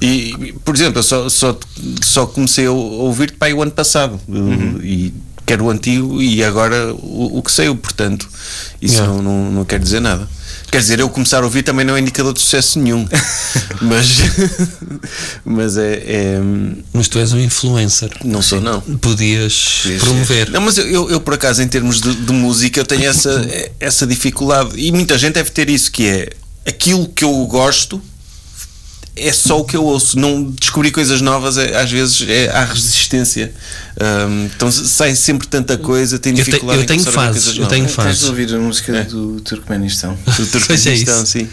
[SPEAKER 2] E, e, por exemplo, eu só, só, só comecei a ouvir-te para aí o ano passado.
[SPEAKER 3] Uhum.
[SPEAKER 2] E quero o antigo e agora o, o que saiu. Portanto, isso
[SPEAKER 1] Yeah.
[SPEAKER 2] não, não, não quer dizer nada. Quer dizer, eu começar a ouvir também não é indicador de sucesso nenhum. mas mas é- é
[SPEAKER 1] Mas tu és um influencer.
[SPEAKER 2] não sou, não.
[SPEAKER 1] Podias promover.
[SPEAKER 2] É Não, mas eu, eu, eu, por acaso, em termos de, de música, eu tenho essa, essa dificuldade. E muita gente deve ter isso, que é aquilo que eu gosto é só o que eu ouço. Não descobrir coisas novas, é- às vezes, é, há resistência. Ahm, então se- sai sempre tanta coisa, tem
[SPEAKER 1] te-
[SPEAKER 2] dificuldade
[SPEAKER 1] eu
[SPEAKER 2] em
[SPEAKER 1] tenho
[SPEAKER 2] absorver
[SPEAKER 1] fases,
[SPEAKER 2] coisas
[SPEAKER 1] eu tenho
[SPEAKER 2] novas.
[SPEAKER 3] Tens
[SPEAKER 1] faz.
[SPEAKER 3] de ouvir a música
[SPEAKER 2] É.
[SPEAKER 3] do Turkmenistão.
[SPEAKER 2] Do
[SPEAKER 1] Pois é
[SPEAKER 2] Turkmenistão,
[SPEAKER 1] isso.
[SPEAKER 2] sim.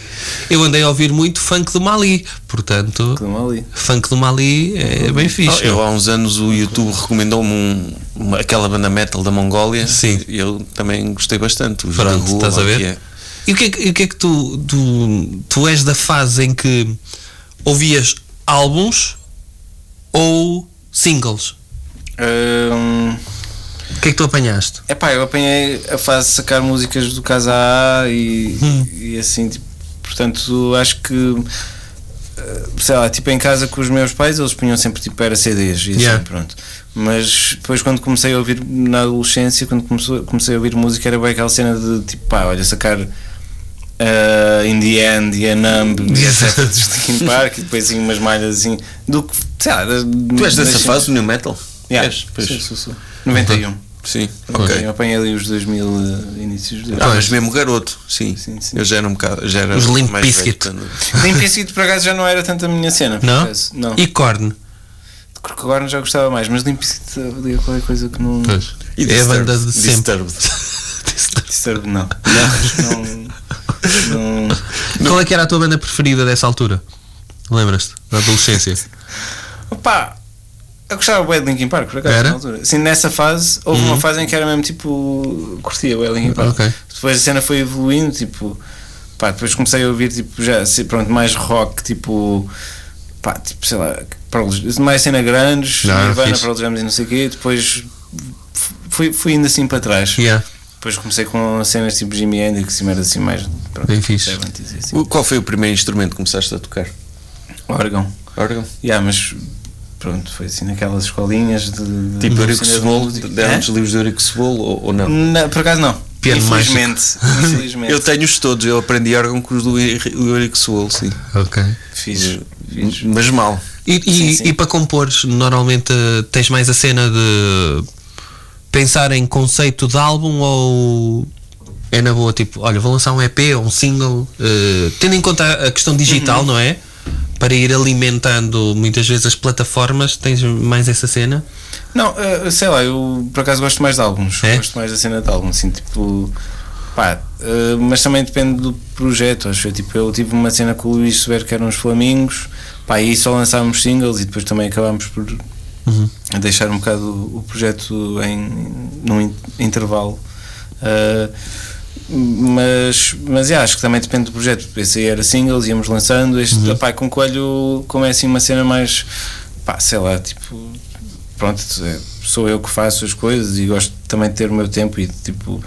[SPEAKER 1] Eu andei a ouvir muito funk do Mali, portanto,
[SPEAKER 3] Do Mali.
[SPEAKER 1] funk do Mali é bem
[SPEAKER 2] Oh,
[SPEAKER 1] fixe.
[SPEAKER 2] eu, há uns anos o YouTube recomendou-me um- uma- aquela banda metal da Mongólia
[SPEAKER 1] Sim.
[SPEAKER 2] e eu também gostei bastante. Os
[SPEAKER 1] Pronto,
[SPEAKER 2] da rua,
[SPEAKER 1] estás a
[SPEAKER 2] lá
[SPEAKER 1] ver?
[SPEAKER 2] que é.
[SPEAKER 1] E o que é que, e o que, é que tu, tu. Tu és da fase em que ouvias álbuns ou singles?
[SPEAKER 3] Hum,
[SPEAKER 1] O que é que tu apanhaste?
[SPEAKER 3] É pá, eu apanhei a fase de sacar músicas do Casa A e,
[SPEAKER 2] Hum.
[SPEAKER 3] e assim, tipo, portanto, acho que eh, sei lá, tipo em casa com os meus pais eles punham sempre tipo era CDs e assim,
[SPEAKER 1] Yeah.
[SPEAKER 3] pronto. Mas depois quando comecei a ouvir na adolescência, quando começou, comecei a ouvir música era bem aquela cena de tipo pá, olha, sacar eh, In the End e a Numb e etc. dos Linkin Park e depois assim umas malhas assim do que, sei lá,
[SPEAKER 2] Tu és dessa fase do New Metal?
[SPEAKER 3] Yeah.
[SPEAKER 2] És, pois.
[SPEAKER 3] Sim, um. sou, sou. 91.
[SPEAKER 2] Sim,
[SPEAKER 3] Eu
[SPEAKER 2] ok.
[SPEAKER 3] apanhei ali os 2000 eh, inícios de
[SPEAKER 1] Tá.
[SPEAKER 2] Ah, mas mesmo garoto, sim.
[SPEAKER 3] Sim, sim.
[SPEAKER 2] Eu já era um bocado. Já era
[SPEAKER 1] Os Limp
[SPEAKER 2] mais velho,
[SPEAKER 1] Bizkit.
[SPEAKER 2] portanto.
[SPEAKER 3] Nem Pissito por acaso já não era tanto a minha cena. por
[SPEAKER 1] Não?
[SPEAKER 3] acaso. Não.
[SPEAKER 1] E corne?
[SPEAKER 3] Porque agora já gostava mais, mas Limp Bizkit havia qualquer coisa que não
[SPEAKER 1] é
[SPEAKER 2] E
[SPEAKER 1] a
[SPEAKER 2] Disturbed.
[SPEAKER 1] banda de sempre.
[SPEAKER 2] Disturbed.
[SPEAKER 3] disturbe, não. Não. não.
[SPEAKER 1] Qual é que era a tua banda preferida dessa altura? Lembras-te? Da adolescência?
[SPEAKER 3] Opa! Eu gostava bem de Linkin Park, por acaso,
[SPEAKER 1] Era? Uhum.
[SPEAKER 3] na altura. Assim, nessa fase, houve uma fase em que era mesmo tipo. curtia o Linkin Park.
[SPEAKER 1] Ok.
[SPEAKER 3] Depois a cena foi evoluindo, tipo. Pá, depois comecei a ouvir, tipo, já, assim, pronto, mais rock, tipo. Pá, tipo, sei lá. Pearl- Mais cena grandes,
[SPEAKER 1] Não,
[SPEAKER 3] Nirvana,
[SPEAKER 1] Ah, fixe.
[SPEAKER 3] Pearl Jam e não sei o quê. Depois. f- Fui, fui indo assim para trás.
[SPEAKER 1] yeah.
[SPEAKER 3] Depois comecei com cenas tipo Jimi Hendrix, e era assim mais. Pronto,
[SPEAKER 1] Bem fixe.
[SPEAKER 3] Seventies e assim.
[SPEAKER 2] O- Qual foi o primeiro instrumento que começaste a tocar? Tipo
[SPEAKER 3] Órgão.
[SPEAKER 2] Órgão?
[SPEAKER 3] Yeah, mas pronto, foi assim naquelas escolinhas de. de
[SPEAKER 2] Tipo
[SPEAKER 3] de
[SPEAKER 2] Eurico
[SPEAKER 3] cena de
[SPEAKER 2] Cebolo,
[SPEAKER 3] música.
[SPEAKER 2] deram-nos livros de Eurico Cebolo ou, ou
[SPEAKER 3] Hã?
[SPEAKER 2] não? é.
[SPEAKER 3] Não, por acaso não.
[SPEAKER 1] Piano
[SPEAKER 3] infelizmente. infelizmente.
[SPEAKER 2] Eu tenho-os todos, eu aprendi órgão com os do Euri- do Eurico Cebolo, sim.
[SPEAKER 1] Ok.
[SPEAKER 3] Fiz. fiz.
[SPEAKER 2] Mas mal.
[SPEAKER 1] E, e-
[SPEAKER 3] Sim, sim.
[SPEAKER 1] e para compores, normalmente eh, tens mais a cena de pensar em conceito de álbum ou é na boa tipo, olha, vou lançar um EP ou um single, eh, tendo em conta a- a questão digital,
[SPEAKER 3] Uhum.
[SPEAKER 1] não é? Para ir alimentando muitas vezes as plataformas, tens mais essa cena?
[SPEAKER 3] Não, eh, sei lá, eu por acaso gosto mais de álbuns.
[SPEAKER 1] É?
[SPEAKER 3] Gosto mais da cena de álbum, assim, tipo. Pá, eh, mas também depende do projeto, acho eu. Tipo, eu tive uma cena com o Luís Sober que eram os Flamingos, pá, e só lançámos singles e depois também acabámos por deixar um bocado o projeto em, num in- intervalo. Eh, mas, mas yeah, acho que também depende do projeto. Esse aí era singles, íamos lançando. Este,
[SPEAKER 1] Uhum.
[SPEAKER 3] pá, com Coelho, como é assim uma cena mais, pá, sei lá, tipo, pronto, é, sou eu que faço as coisas e gosto também de ter o meu tempo e tipo,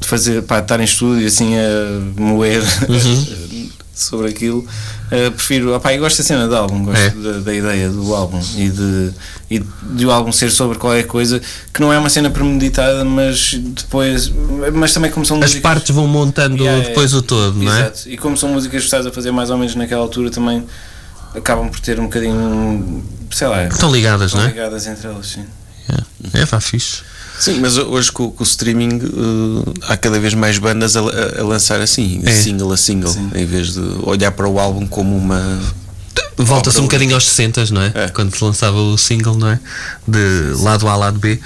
[SPEAKER 3] de fazer, pá, estar em estúdio assim a moer
[SPEAKER 1] Uhum.
[SPEAKER 3] sobre aquilo. eh, prefiro, opá, eu gosto da cena do álbum, gosto
[SPEAKER 1] É.
[SPEAKER 3] da, da ideia do álbum e de, e de o álbum ser sobre qualquer coisa que não é uma cena premeditada, mas depois, mas também como são
[SPEAKER 1] As
[SPEAKER 3] músicas-
[SPEAKER 1] partes vão montando
[SPEAKER 3] Yeah, yeah.
[SPEAKER 1] depois o todo, não é?
[SPEAKER 3] Exato. E como são músicas que estás a fazer mais ou menos naquela altura, também acabam por ter um bocadinho, sei lá,
[SPEAKER 1] Estão ligadas, não é?
[SPEAKER 3] ligadas entre elas, sim.
[SPEAKER 1] É, vá fixe.
[SPEAKER 2] Sim, mas hoje com, com o streaming eh, há cada vez mais bandas a, a- a lançar assim,
[SPEAKER 1] É.
[SPEAKER 2] single a single, em vez de olhar para o álbum como uma.
[SPEAKER 1] Volta-se um
[SPEAKER 2] Obra
[SPEAKER 1] bocadinho aos 60, não é?
[SPEAKER 2] É.
[SPEAKER 1] Quando se lançava o single, não é? De lado A, lado B.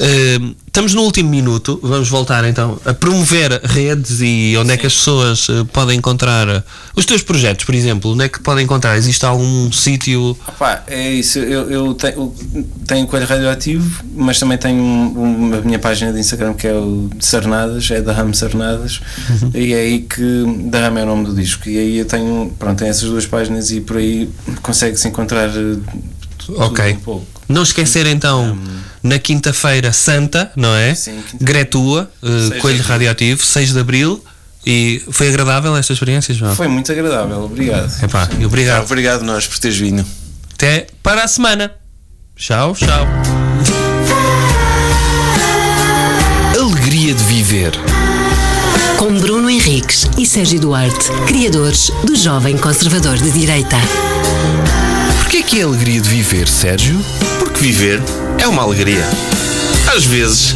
[SPEAKER 1] Ahm, estamos no último minuto, vamos voltar então a promover redes e onde é que as pessoas eh, podem encontrar eh, os teus projetos, por exemplo. Onde é que podem encontrar? Existe algum sítio?
[SPEAKER 3] Opá, é isso, eu, eu tenho, eu tenho Coelho Radioativo, mas também tenho um- uma minha página de Instagram que é o de Sarnadas, é da Ram Sarnadas,
[SPEAKER 1] Uhum.
[SPEAKER 3] e é aí que da Ram é o nome do disco. E aí eu tenho, pronto, tenho essas duas páginas e por aí consegue-se encontrar eh, tudo
[SPEAKER 1] Ok.
[SPEAKER 3] um pouco. Hum.
[SPEAKER 1] Não esquecer então, na quinta-feira santa, não é?
[SPEAKER 3] Sim, quinta-feira.
[SPEAKER 1] Gretua, eh,
[SPEAKER 3] de
[SPEAKER 1] Coelho
[SPEAKER 3] Abril.
[SPEAKER 1] Radioativo, 6 de Abril. E foi agradável esta experiência, João?
[SPEAKER 3] Foi muito agradável, obrigado.
[SPEAKER 1] Epá, e obrigado.
[SPEAKER 2] Obrigado nós por teres vindo.
[SPEAKER 1] Até para a semana. Tchau, tchau.
[SPEAKER 6] Alegria de viver.
[SPEAKER 7] Com Bruno Henriques e Sérgio Duarte, criadores do Jovem Conservador de Direita.
[SPEAKER 6] Porquê que é alegria de viver, Sérgio?
[SPEAKER 2] Porque viver é uma alegria. Às vezes.